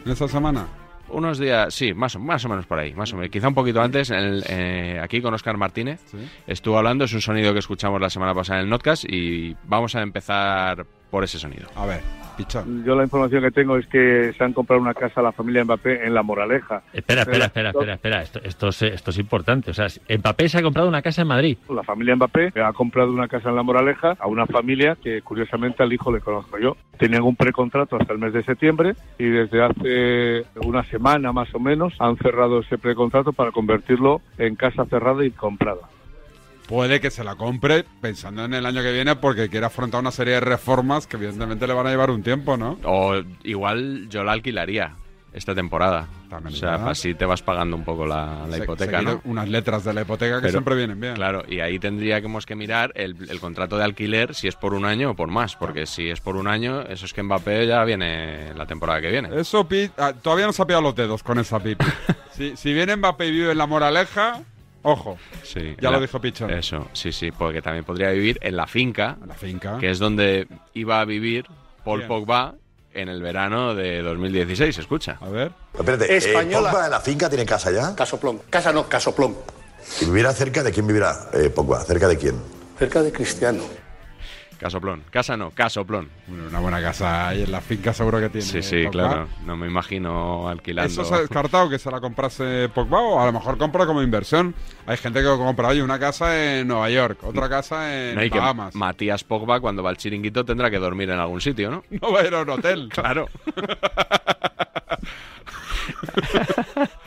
[SPEAKER 1] en esa semana.
[SPEAKER 2] Unos días, sí, más o, más o menos por ahí, más o menos. Quizá un poquito antes, en el, eh, aquí con Oscar Martínez, estuvo hablando, es un sonido que escuchamos la semana pasada en el podcast y vamos a empezar por ese sonido.
[SPEAKER 1] A ver. pichar.
[SPEAKER 3] Yo la información que tengo es que se han comprado una casa a la familia Mbappé en La Moraleja.
[SPEAKER 4] Espera, espera, espera, espera, espera. Esto, esto, es, esto es importante. O sea, Mbappé se ha comprado una casa en Madrid.
[SPEAKER 3] La familia Mbappé ha comprado una casa en La Moraleja a una familia que curiosamente al hijo le conozco yo. Tenían un precontrato hasta el mes de septiembre y desde hace una semana más o menos han cerrado ese precontrato para convertirlo en casa cerrada y comprada.
[SPEAKER 1] Puede que se la compre pensando en el año que viene porque quiere afrontar una serie de reformas que evidentemente le van a llevar un tiempo, ¿no?
[SPEAKER 2] O igual yo la alquilaría esta temporada. o sea,
[SPEAKER 1] ¿verdad?
[SPEAKER 2] así te vas pagando un poco la, la
[SPEAKER 1] Se-
[SPEAKER 2] hipoteca,
[SPEAKER 1] seguir
[SPEAKER 2] ¿no?
[SPEAKER 1] Unas letras de la hipoteca que
[SPEAKER 2] Pero-
[SPEAKER 1] siempre vienen bien.
[SPEAKER 2] Claro, y ahí tendríamos que mirar el, el contrato de alquiler si es por un año o por más, porque si es por un año, eso es que Mbappé ya viene la temporada que viene.
[SPEAKER 1] Eso pi- ah, todavía no se ha pillado los dedos con esa
[SPEAKER 2] [LAUGHS]
[SPEAKER 1] pipi. si, si viene Mbappé y vive en la moraleja, ojo.
[SPEAKER 2] Sí,
[SPEAKER 1] Ya
[SPEAKER 2] la-
[SPEAKER 1] lo dijo Pichón.
[SPEAKER 2] Eso, sí, sí, porque también podría vivir en la finca,
[SPEAKER 1] La finca.
[SPEAKER 2] que es donde iba a vivir Paul
[SPEAKER 1] Bien.
[SPEAKER 2] Pogba en el verano de 2016, escucha.
[SPEAKER 1] A ver.
[SPEAKER 12] Espérate,
[SPEAKER 5] Española.
[SPEAKER 12] eh, Pogba en la finca tiene casa ya.
[SPEAKER 5] Casoplón. Casa no, Casoplón.
[SPEAKER 12] ¿Y vivirá cerca de quién vivirá eh, Pogba? ¿Cerca de quién?
[SPEAKER 5] Cerca de Cristiano.
[SPEAKER 2] Casoplón. Casa no, casoplón.
[SPEAKER 1] una buena casa ahí en la finca seguro que tiene.
[SPEAKER 2] Sí, sí,
[SPEAKER 1] Pogba.
[SPEAKER 2] claro. No me imagino alquilando.
[SPEAKER 1] Eso se ha descartado que se la comprase Pogba o a lo mejor compra como inversión. Hay gente que compra oye, una casa en Nueva York, otra casa en
[SPEAKER 2] Mm. No, y que
[SPEAKER 1] Bahamas.
[SPEAKER 2] Matías Pogba, cuando va al chiringuito, tendrá que dormir en algún sitio, ¿no?
[SPEAKER 1] [LAUGHS] No va a ir a un hotel.
[SPEAKER 2] [LAUGHS] claro.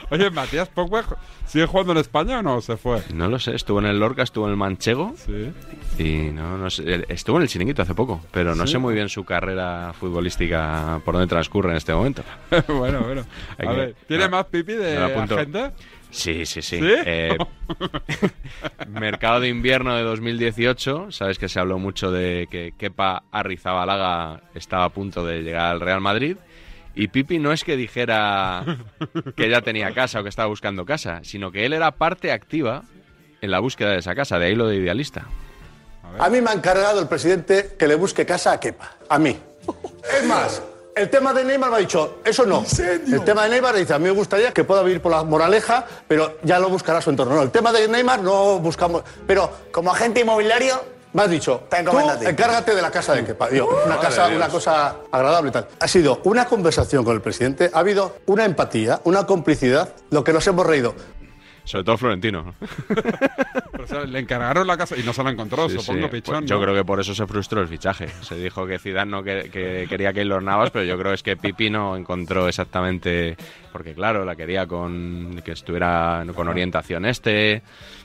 [SPEAKER 1] Oye, Matías Pogba, ¿sigue jugando en España o no? Se fue.
[SPEAKER 2] No lo sé, estuvo en el Lorca, estuvo en el Manchego.
[SPEAKER 1] Sí.
[SPEAKER 2] Y no, no sé, él estuvo en el chiringuito hace poco, pero no
[SPEAKER 1] Sí.
[SPEAKER 2] sé muy bien su carrera futbolística por dónde transcurre en este momento.
[SPEAKER 1] [LAUGHS] bueno, bueno.
[SPEAKER 2] [LAUGHS] Hay
[SPEAKER 1] A
[SPEAKER 2] que-
[SPEAKER 1] ver, ¿tiene más pipi de
[SPEAKER 2] me lo apunto.
[SPEAKER 1] agenda?
[SPEAKER 2] Sí, sí, sí.
[SPEAKER 1] ¿Sí? [LAUGHS]
[SPEAKER 2] Eh, mercado de invierno de 2018. Sabes que se habló mucho de que Kepa Arrizabalaga estaba a punto de llegar al Real Madrid. Y Pipi no es que dijera que ya tenía casa o que estaba buscando casa, sino que él era parte activa en la búsqueda de esa casa, de ahí lo de idealista.
[SPEAKER 5] A mí me ha encargado el presidente que le busque casa a Kepa. A
[SPEAKER 6] [LAUGHS]
[SPEAKER 5] mí. Es más, el tema de Neymar me ha dicho, eso no. El tema de Neymar dice, a mí me gustaría que pueda vivir por la moraleja, pero ya lo buscará su entorno. No, el tema de Neymar no buscamos. Pero como agente inmobiliario, me has dicho, tú
[SPEAKER 6] encomiendo a ti".
[SPEAKER 5] encárgate de la casa de Kepa. Yo, una
[SPEAKER 6] Madre
[SPEAKER 5] casa,
[SPEAKER 6] de
[SPEAKER 5] una
[SPEAKER 6] Dios.
[SPEAKER 5] cosa agradable y tal. Ha sido una conversación con el presidente, ha habido una empatía, una complicidad, lo que nos hemos reído.
[SPEAKER 2] Sobre todo Florentino.
[SPEAKER 1] Pero, o sea, le encargaron la casa y no se la encontró,
[SPEAKER 2] Sí,
[SPEAKER 1] supongo,
[SPEAKER 2] sí.
[SPEAKER 1] pichón.
[SPEAKER 2] Pues Yo
[SPEAKER 1] ¿no?
[SPEAKER 2] creo que por eso se frustró el fichaje. Se dijo que Zidane no que, que quería que los Navas, pero yo creo es que Pipi no encontró exactamente porque claro, la quería con que estuviera con orientación este,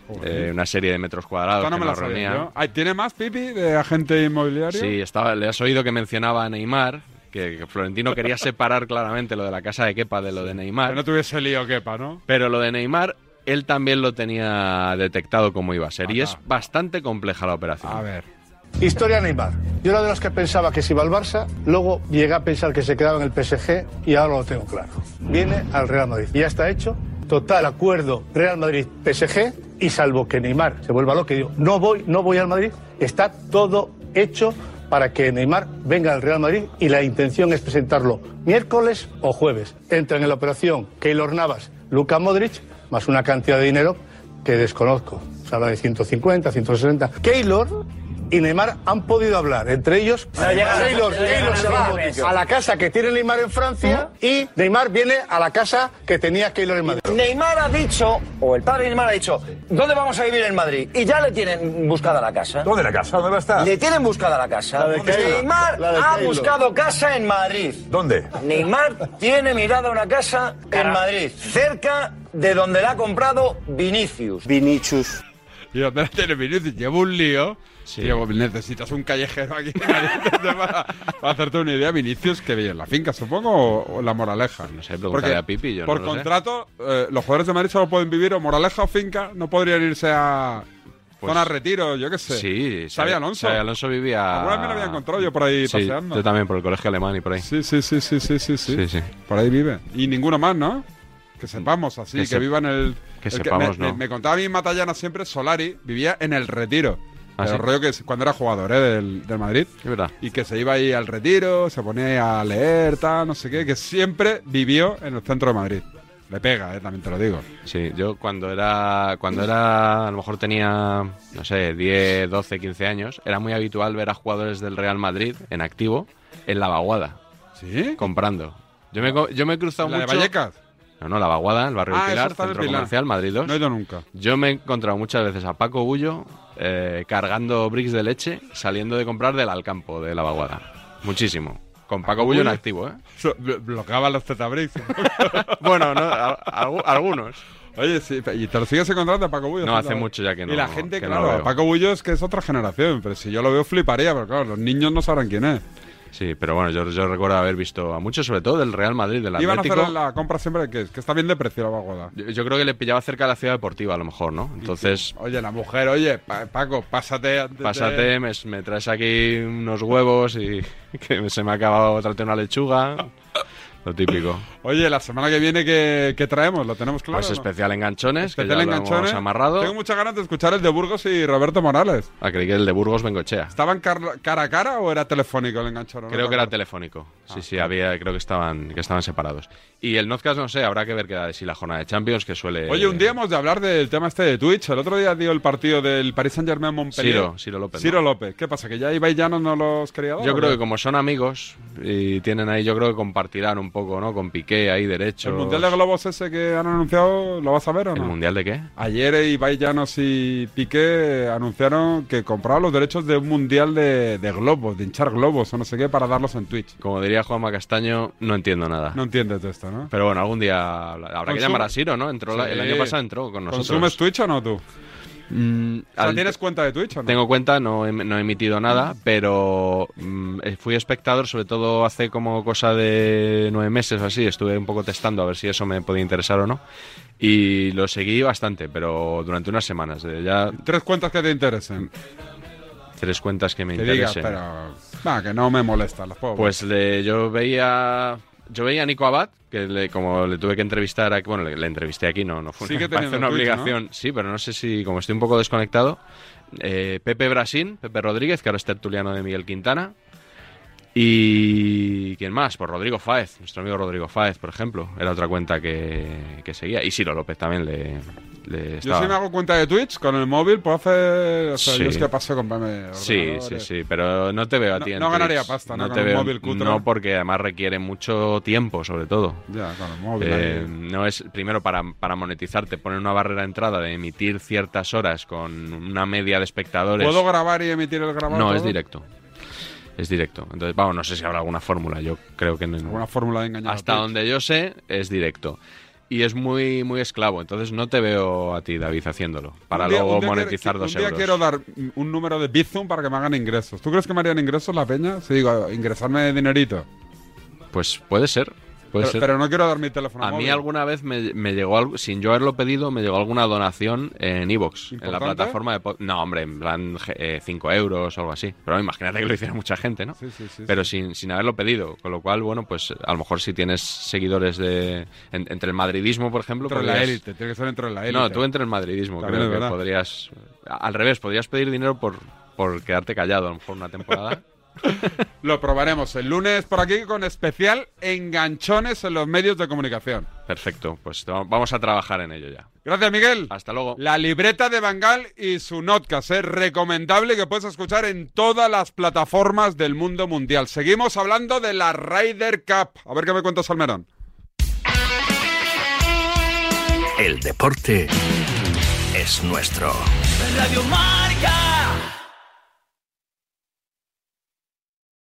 [SPEAKER 1] Joder.
[SPEAKER 2] eh, una serie de metros cuadrados
[SPEAKER 1] Esta no
[SPEAKER 2] que
[SPEAKER 1] me
[SPEAKER 2] no
[SPEAKER 1] la sabía
[SPEAKER 2] reunía.
[SPEAKER 1] yo. Ay, ¿Tiene más pipi de agente inmobiliario?
[SPEAKER 2] Sí, estaba, le has oído que mencionaba a Neymar, que, que
[SPEAKER 1] [LAUGHS]
[SPEAKER 2] Florentino quería separar claramente lo de la casa de Kepa de lo de Neymar.
[SPEAKER 1] Que no tuviese lío quepa, ¿no?
[SPEAKER 2] Pero lo de Neymar, él también lo tenía detectado cómo iba a ser. Y es bastante compleja la operación. A
[SPEAKER 1] ver.
[SPEAKER 5] Historia Neymar. Yo era de los que pensaba que se iba al Barça, luego llegué a pensar que se quedaba en el PSG y ahora lo tengo claro. Viene al Real Madrid. Ya está hecho. Total acuerdo Real Madrid-PSG y salvo que Neymar se vuelva loco y digo, no voy, no voy al Madrid, está todo hecho para que Neymar venga al Real Madrid y la intención es presentarlo miércoles o jueves. Entran en la operación Keylor Navas, Luka Modric, más una cantidad de dinero que desconozco. Se habla de 150, 160. Keylor y Neymar han podido hablar. Entre ellos,
[SPEAKER 6] No llegan a-
[SPEAKER 5] Keylor,
[SPEAKER 6] no llegan
[SPEAKER 5] Keylor
[SPEAKER 6] Pues, a
[SPEAKER 5] se va
[SPEAKER 6] nada.
[SPEAKER 5] a la casa que tiene Neymar en Francia y Neymar viene a la casa que tenía Keylor en Madrid.
[SPEAKER 6] Neymar ha dicho, o el padre de Neymar ha dicho, ¿dónde vamos a vivir en Madrid? Y ya le tienen buscada la casa. ¿Dónde la casa? ¿Dónde va a estar? Le tienen buscada la casa.
[SPEAKER 5] La de Keylor.
[SPEAKER 6] Neymar
[SPEAKER 5] La de
[SPEAKER 6] ha
[SPEAKER 5] Keylor.
[SPEAKER 6] buscado casa en Madrid.
[SPEAKER 5] ¿Dónde?
[SPEAKER 6] Neymar tiene mirada una casa en Madrid, cerca de donde la ha comprado Vinicius. Vinicius.
[SPEAKER 1] Y dónde la tiene Vinicius, llevo un lío. Llevo- necesitas un callejero aquí [LAUGHS] para, para hacerte una idea. Vinicius, que vive en la finca, supongo, o, o en la moraleja. No sé,
[SPEAKER 2] pregúntale a Pipi, yo no
[SPEAKER 1] Por
[SPEAKER 2] lo sé.
[SPEAKER 1] contrato, eh, los jugadores de Madrid solo pueden vivir o moraleja o finca, no podrían irse a
[SPEAKER 2] Pues-
[SPEAKER 1] zona retiro, yo qué sé.
[SPEAKER 2] Sí,
[SPEAKER 1] Xavi Alonso.
[SPEAKER 2] Xavi Alonso vivía.
[SPEAKER 1] Alguna vez me lo había encontrado yo por ahí
[SPEAKER 2] Ah, Sí,
[SPEAKER 1] paseando.
[SPEAKER 2] Yo también, por el colegio alemán y por ahí.
[SPEAKER 1] Sí, sí, sí, sí, sí, sí.
[SPEAKER 2] sí, sí.
[SPEAKER 1] Por ahí vive. Y ninguno más, ¿no? Que sepamos así,
[SPEAKER 2] Que
[SPEAKER 1] que,
[SPEAKER 2] sep-
[SPEAKER 1] vivan el.
[SPEAKER 2] que
[SPEAKER 1] el
[SPEAKER 2] sepamos,
[SPEAKER 1] me,
[SPEAKER 2] no.
[SPEAKER 1] me- me contaba mi matallana siempre, Solari vivía en el retiro.
[SPEAKER 2] ¿Ah,
[SPEAKER 1] Pero
[SPEAKER 2] sí?
[SPEAKER 1] rollo que es- cuando era jugador ¿eh? del, del Madrid. Y que se iba ahí al retiro, se ponía ahí a leer, tal, no sé qué. Que siempre vivió en el centro de Madrid. Le pega, ¿eh? también te lo digo.
[SPEAKER 2] Sí, yo cuando era, cuando era, a lo mejor tenía, no sé, 10, 12, 15 años, era muy habitual ver a jugadores del Real Madrid en activo en la vaguada.
[SPEAKER 1] ¿Sí?
[SPEAKER 2] Comprando. Yo me, co- yo me he cruzado
[SPEAKER 1] ¿La de
[SPEAKER 2] mucho.
[SPEAKER 1] Vallecas?
[SPEAKER 2] No, no, la vaguada, el barrio
[SPEAKER 1] Ah,
[SPEAKER 2] del Pilar,
[SPEAKER 1] eso está en el
[SPEAKER 2] centro
[SPEAKER 1] Pilar.
[SPEAKER 2] comercial, Madrid 2.
[SPEAKER 1] No he ido nunca.
[SPEAKER 2] Yo me he encontrado muchas veces a Paco Bullo eh, cargando bricks de leche saliendo de comprar del Alcampo, de la vaguada. Muchísimo. Con Paco Bullo en
[SPEAKER 1] Bullo?
[SPEAKER 2] activo, ¿eh?
[SPEAKER 1] So- blo- bloqueaba los Zetabricks.
[SPEAKER 2] [LAUGHS]
[SPEAKER 1] [LAUGHS]
[SPEAKER 2] bueno, no, al- al- algunos.
[SPEAKER 1] Oye, sí, ¿y te lo sigues encontrando a Paco [LAUGHS] Bullo?
[SPEAKER 2] No, hace mucho ya que no-
[SPEAKER 1] Y la gente,
[SPEAKER 2] que no
[SPEAKER 1] claro,
[SPEAKER 2] lo
[SPEAKER 1] a
[SPEAKER 2] veo.
[SPEAKER 1] Paco Bullo es que es otra generación, pero si yo lo veo fliparía, pero claro, los niños no sabrán quién es.
[SPEAKER 2] Sí, pero bueno, yo, yo recuerdo haber visto a muchos, sobre todo del Real Madrid, del
[SPEAKER 1] Iban a
[SPEAKER 2] Atlético.
[SPEAKER 1] hacer la compra siempre, que, que está bien de precio la vaguada.
[SPEAKER 2] Yo, yo creo que le pillaba cerca de la ciudad deportiva, a lo mejor, ¿no? Entonces,
[SPEAKER 1] Oye, la mujer, oye, Pa- Paco, pásate antes de-
[SPEAKER 2] pásate, me, me traes aquí unos huevos y que se me ha acabado traerte una lechuga. Lo típico.
[SPEAKER 1] [LAUGHS] Oye, la semana que viene, ¿qué, qué traemos? ¿Lo tenemos claro?
[SPEAKER 2] Pues
[SPEAKER 1] o no?
[SPEAKER 2] especial enganchones, que
[SPEAKER 1] Especial
[SPEAKER 2] ya lo hemos
[SPEAKER 1] enganchones.
[SPEAKER 2] amarrado.
[SPEAKER 1] Tengo muchas ganas de escuchar el de Burgos y Roberto Morales.
[SPEAKER 2] Ah, creí que el de Burgos Bengochea.
[SPEAKER 1] ¿Estaban car- cara a cara o era telefónico el enganchón? No
[SPEAKER 2] Creo
[SPEAKER 1] me
[SPEAKER 2] que era
[SPEAKER 1] acuerdo.
[SPEAKER 2] telefónico.
[SPEAKER 1] Ah,
[SPEAKER 2] Sí, sí, había, creo que estaban, que estaban separados. Y el Nozcas, no sé, habrá que ver qué da de sí la jornada de Champions, que suele.
[SPEAKER 1] Oye, un día hemos de hablar del tema este de Twitch. El otro día dio el partido del Paris Saint Germain Montpellier.
[SPEAKER 2] Ciro, Ciro López,
[SPEAKER 1] Ciro López. ¿Qué pasa? ¿Que ya Ibai ya no nos los quería dar?
[SPEAKER 2] Yo
[SPEAKER 1] ¿o
[SPEAKER 2] creo que
[SPEAKER 1] qué?
[SPEAKER 2] como son amigos y tienen ahí, yo creo que compartirán un poco, ¿no? Con Piqué ahí derecho.
[SPEAKER 1] ¿El Mundial de Globos ese que han anunciado lo vas a ver o no?
[SPEAKER 2] mundial de qué?
[SPEAKER 1] Ayer e Ibai Llanos y Piqué anunciaron que compraban los derechos de un mundial de, de globos, de hinchar globos o no sé qué, para darlos en Twitch.
[SPEAKER 2] Como diría Juanma Castaño, no entiendo nada.
[SPEAKER 1] No entiendes de esto, ¿no?
[SPEAKER 2] Pero bueno, algún día habla- habrá que
[SPEAKER 1] Consume-
[SPEAKER 2] llamar a Ciro, ¿no? Entró la- el
[SPEAKER 1] Sí.
[SPEAKER 2] año pasado entró con nosotros.
[SPEAKER 1] ¿Consumes Twitch o no tú?
[SPEAKER 2] Mm,
[SPEAKER 1] O sea,
[SPEAKER 2] al-
[SPEAKER 1] ¿Tienes cuenta de Twitch o no? Ah.
[SPEAKER 2] Tengo cuenta, no he, no he emitido nada, pero mm, eh, fui espectador, sobre todo hace como cosa de nueve meses o así. Estuve un poco testando a ver si eso me podía interesar o no. Y lo seguí bastante, pero durante unas semanas. eh, Ya
[SPEAKER 1] Tres cuentas que te interesen.
[SPEAKER 2] tres cuentas que me
[SPEAKER 1] Que digas,
[SPEAKER 2] interesen.
[SPEAKER 1] pero. Va, que no me molesta, las puedo ver.
[SPEAKER 2] Pues le- yo veía. Yo veía a Nico Abad, que le- como le tuve que entrevistar aquí, bueno, le, le entrevisté aquí, no, no fue
[SPEAKER 1] Sigue
[SPEAKER 2] una, [LAUGHS] parece
[SPEAKER 1] teniendo
[SPEAKER 2] una
[SPEAKER 1] Twitch,
[SPEAKER 2] obligación.
[SPEAKER 1] ¿no?
[SPEAKER 2] Sí, pero no sé si, como estoy un poco desconectado, eh, Pepe Brasín, Pepe Rodríguez, que ahora es tertuliano de Miguel Quintana, y ¿quién más? Pues Rodrigo Fáez, nuestro amigo Rodrigo Fáez, por ejemplo, era otra cuenta que, que seguía, y Ciro López también le, le
[SPEAKER 1] Yo
[SPEAKER 2] estaba...
[SPEAKER 1] si me hago cuenta de Twitch con el móvil, puedo hacer. O sea,
[SPEAKER 2] Sí.
[SPEAKER 1] yo es que paso a comprarme.
[SPEAKER 2] Sí, sí, sí, pero no te veo a ti.
[SPEAKER 1] No-
[SPEAKER 2] en
[SPEAKER 1] no ganaría
[SPEAKER 2] Twitch.
[SPEAKER 1] pasta, ¿no? Con
[SPEAKER 2] te
[SPEAKER 1] un
[SPEAKER 2] veo-
[SPEAKER 1] móvil cutre.
[SPEAKER 2] No, porque además requiere mucho tiempo, sobre todo.
[SPEAKER 1] Ya, con el móvil.
[SPEAKER 2] Eh,
[SPEAKER 1] ahí.
[SPEAKER 2] no es primero para, para monetizarte poner una barrera de entrada de emitir ciertas horas con una media de espectadores.
[SPEAKER 1] ¿Puedo grabar y emitir el grabado?
[SPEAKER 2] no,
[SPEAKER 1] todo?
[SPEAKER 2] es directo. Es directo. Entonces, vamos, no sé si habrá alguna fórmula. Yo creo que no.
[SPEAKER 1] Alguna fórmula de engañar. a
[SPEAKER 2] Hasta
[SPEAKER 1] Twitch.
[SPEAKER 2] donde yo sé, es directo. Y es muy, muy esclavo. Entonces no te veo a ti, David, haciéndolo. Para
[SPEAKER 1] Un día-
[SPEAKER 2] luego
[SPEAKER 1] un día
[SPEAKER 2] monetizar
[SPEAKER 1] quiero-
[SPEAKER 2] dos
[SPEAKER 1] Un día
[SPEAKER 2] euros.
[SPEAKER 1] quiero dar un número de Bizum para que me hagan ingresos. ¿Tú crees que me harían ingresos la peña? Si digo, ingresarme dinerito.
[SPEAKER 2] Pues puede ser. Puede
[SPEAKER 1] Pero,
[SPEAKER 2] ser.
[SPEAKER 1] pero no quiero dar mi teléfono
[SPEAKER 2] A mí
[SPEAKER 1] móvil.
[SPEAKER 2] alguna vez me, me llegó, algo- sin yo haberlo pedido, me llegó alguna donación en Evox, en la
[SPEAKER 1] ¿Importante?
[SPEAKER 2] plataforma de... po- No, hombre, en plan 5 euros o algo así. Pero imagínate que lo hiciera mucha gente, ¿no?
[SPEAKER 1] Sí, sí, sí,
[SPEAKER 2] Pero sin, sin haberlo pedido. Con lo cual, bueno, pues a lo mejor si tienes seguidores de... en- entre el madridismo, por ejemplo...
[SPEAKER 1] Dentro de la
[SPEAKER 2] podrías-
[SPEAKER 1] élite, tiene que ser dentro de la élite.
[SPEAKER 2] No, tú entre el madridismo.
[SPEAKER 1] También es
[SPEAKER 2] creo que
[SPEAKER 1] verdad.
[SPEAKER 2] podrías... Al revés, podrías pedir dinero por, por quedarte callado, a lo mejor
[SPEAKER 1] [LAUGHS]
[SPEAKER 2] una temporada.
[SPEAKER 1] Lo probaremos el lunes por aquí con especial enganchones en los medios de comunicación.
[SPEAKER 2] Perfecto, pues te va- vamos a trabajar en ello ya.
[SPEAKER 1] Gracias, Miguel.
[SPEAKER 2] Hasta luego.
[SPEAKER 1] La libreta de Bangal y su notcast es recomendable que puedes escuchar en todas las plataformas del mundo mundial. Seguimos hablando de la Ryder Cup. A ver qué me cuentas, Almerón.
[SPEAKER 20] El deporte es nuestro.
[SPEAKER 9] Radio Marca.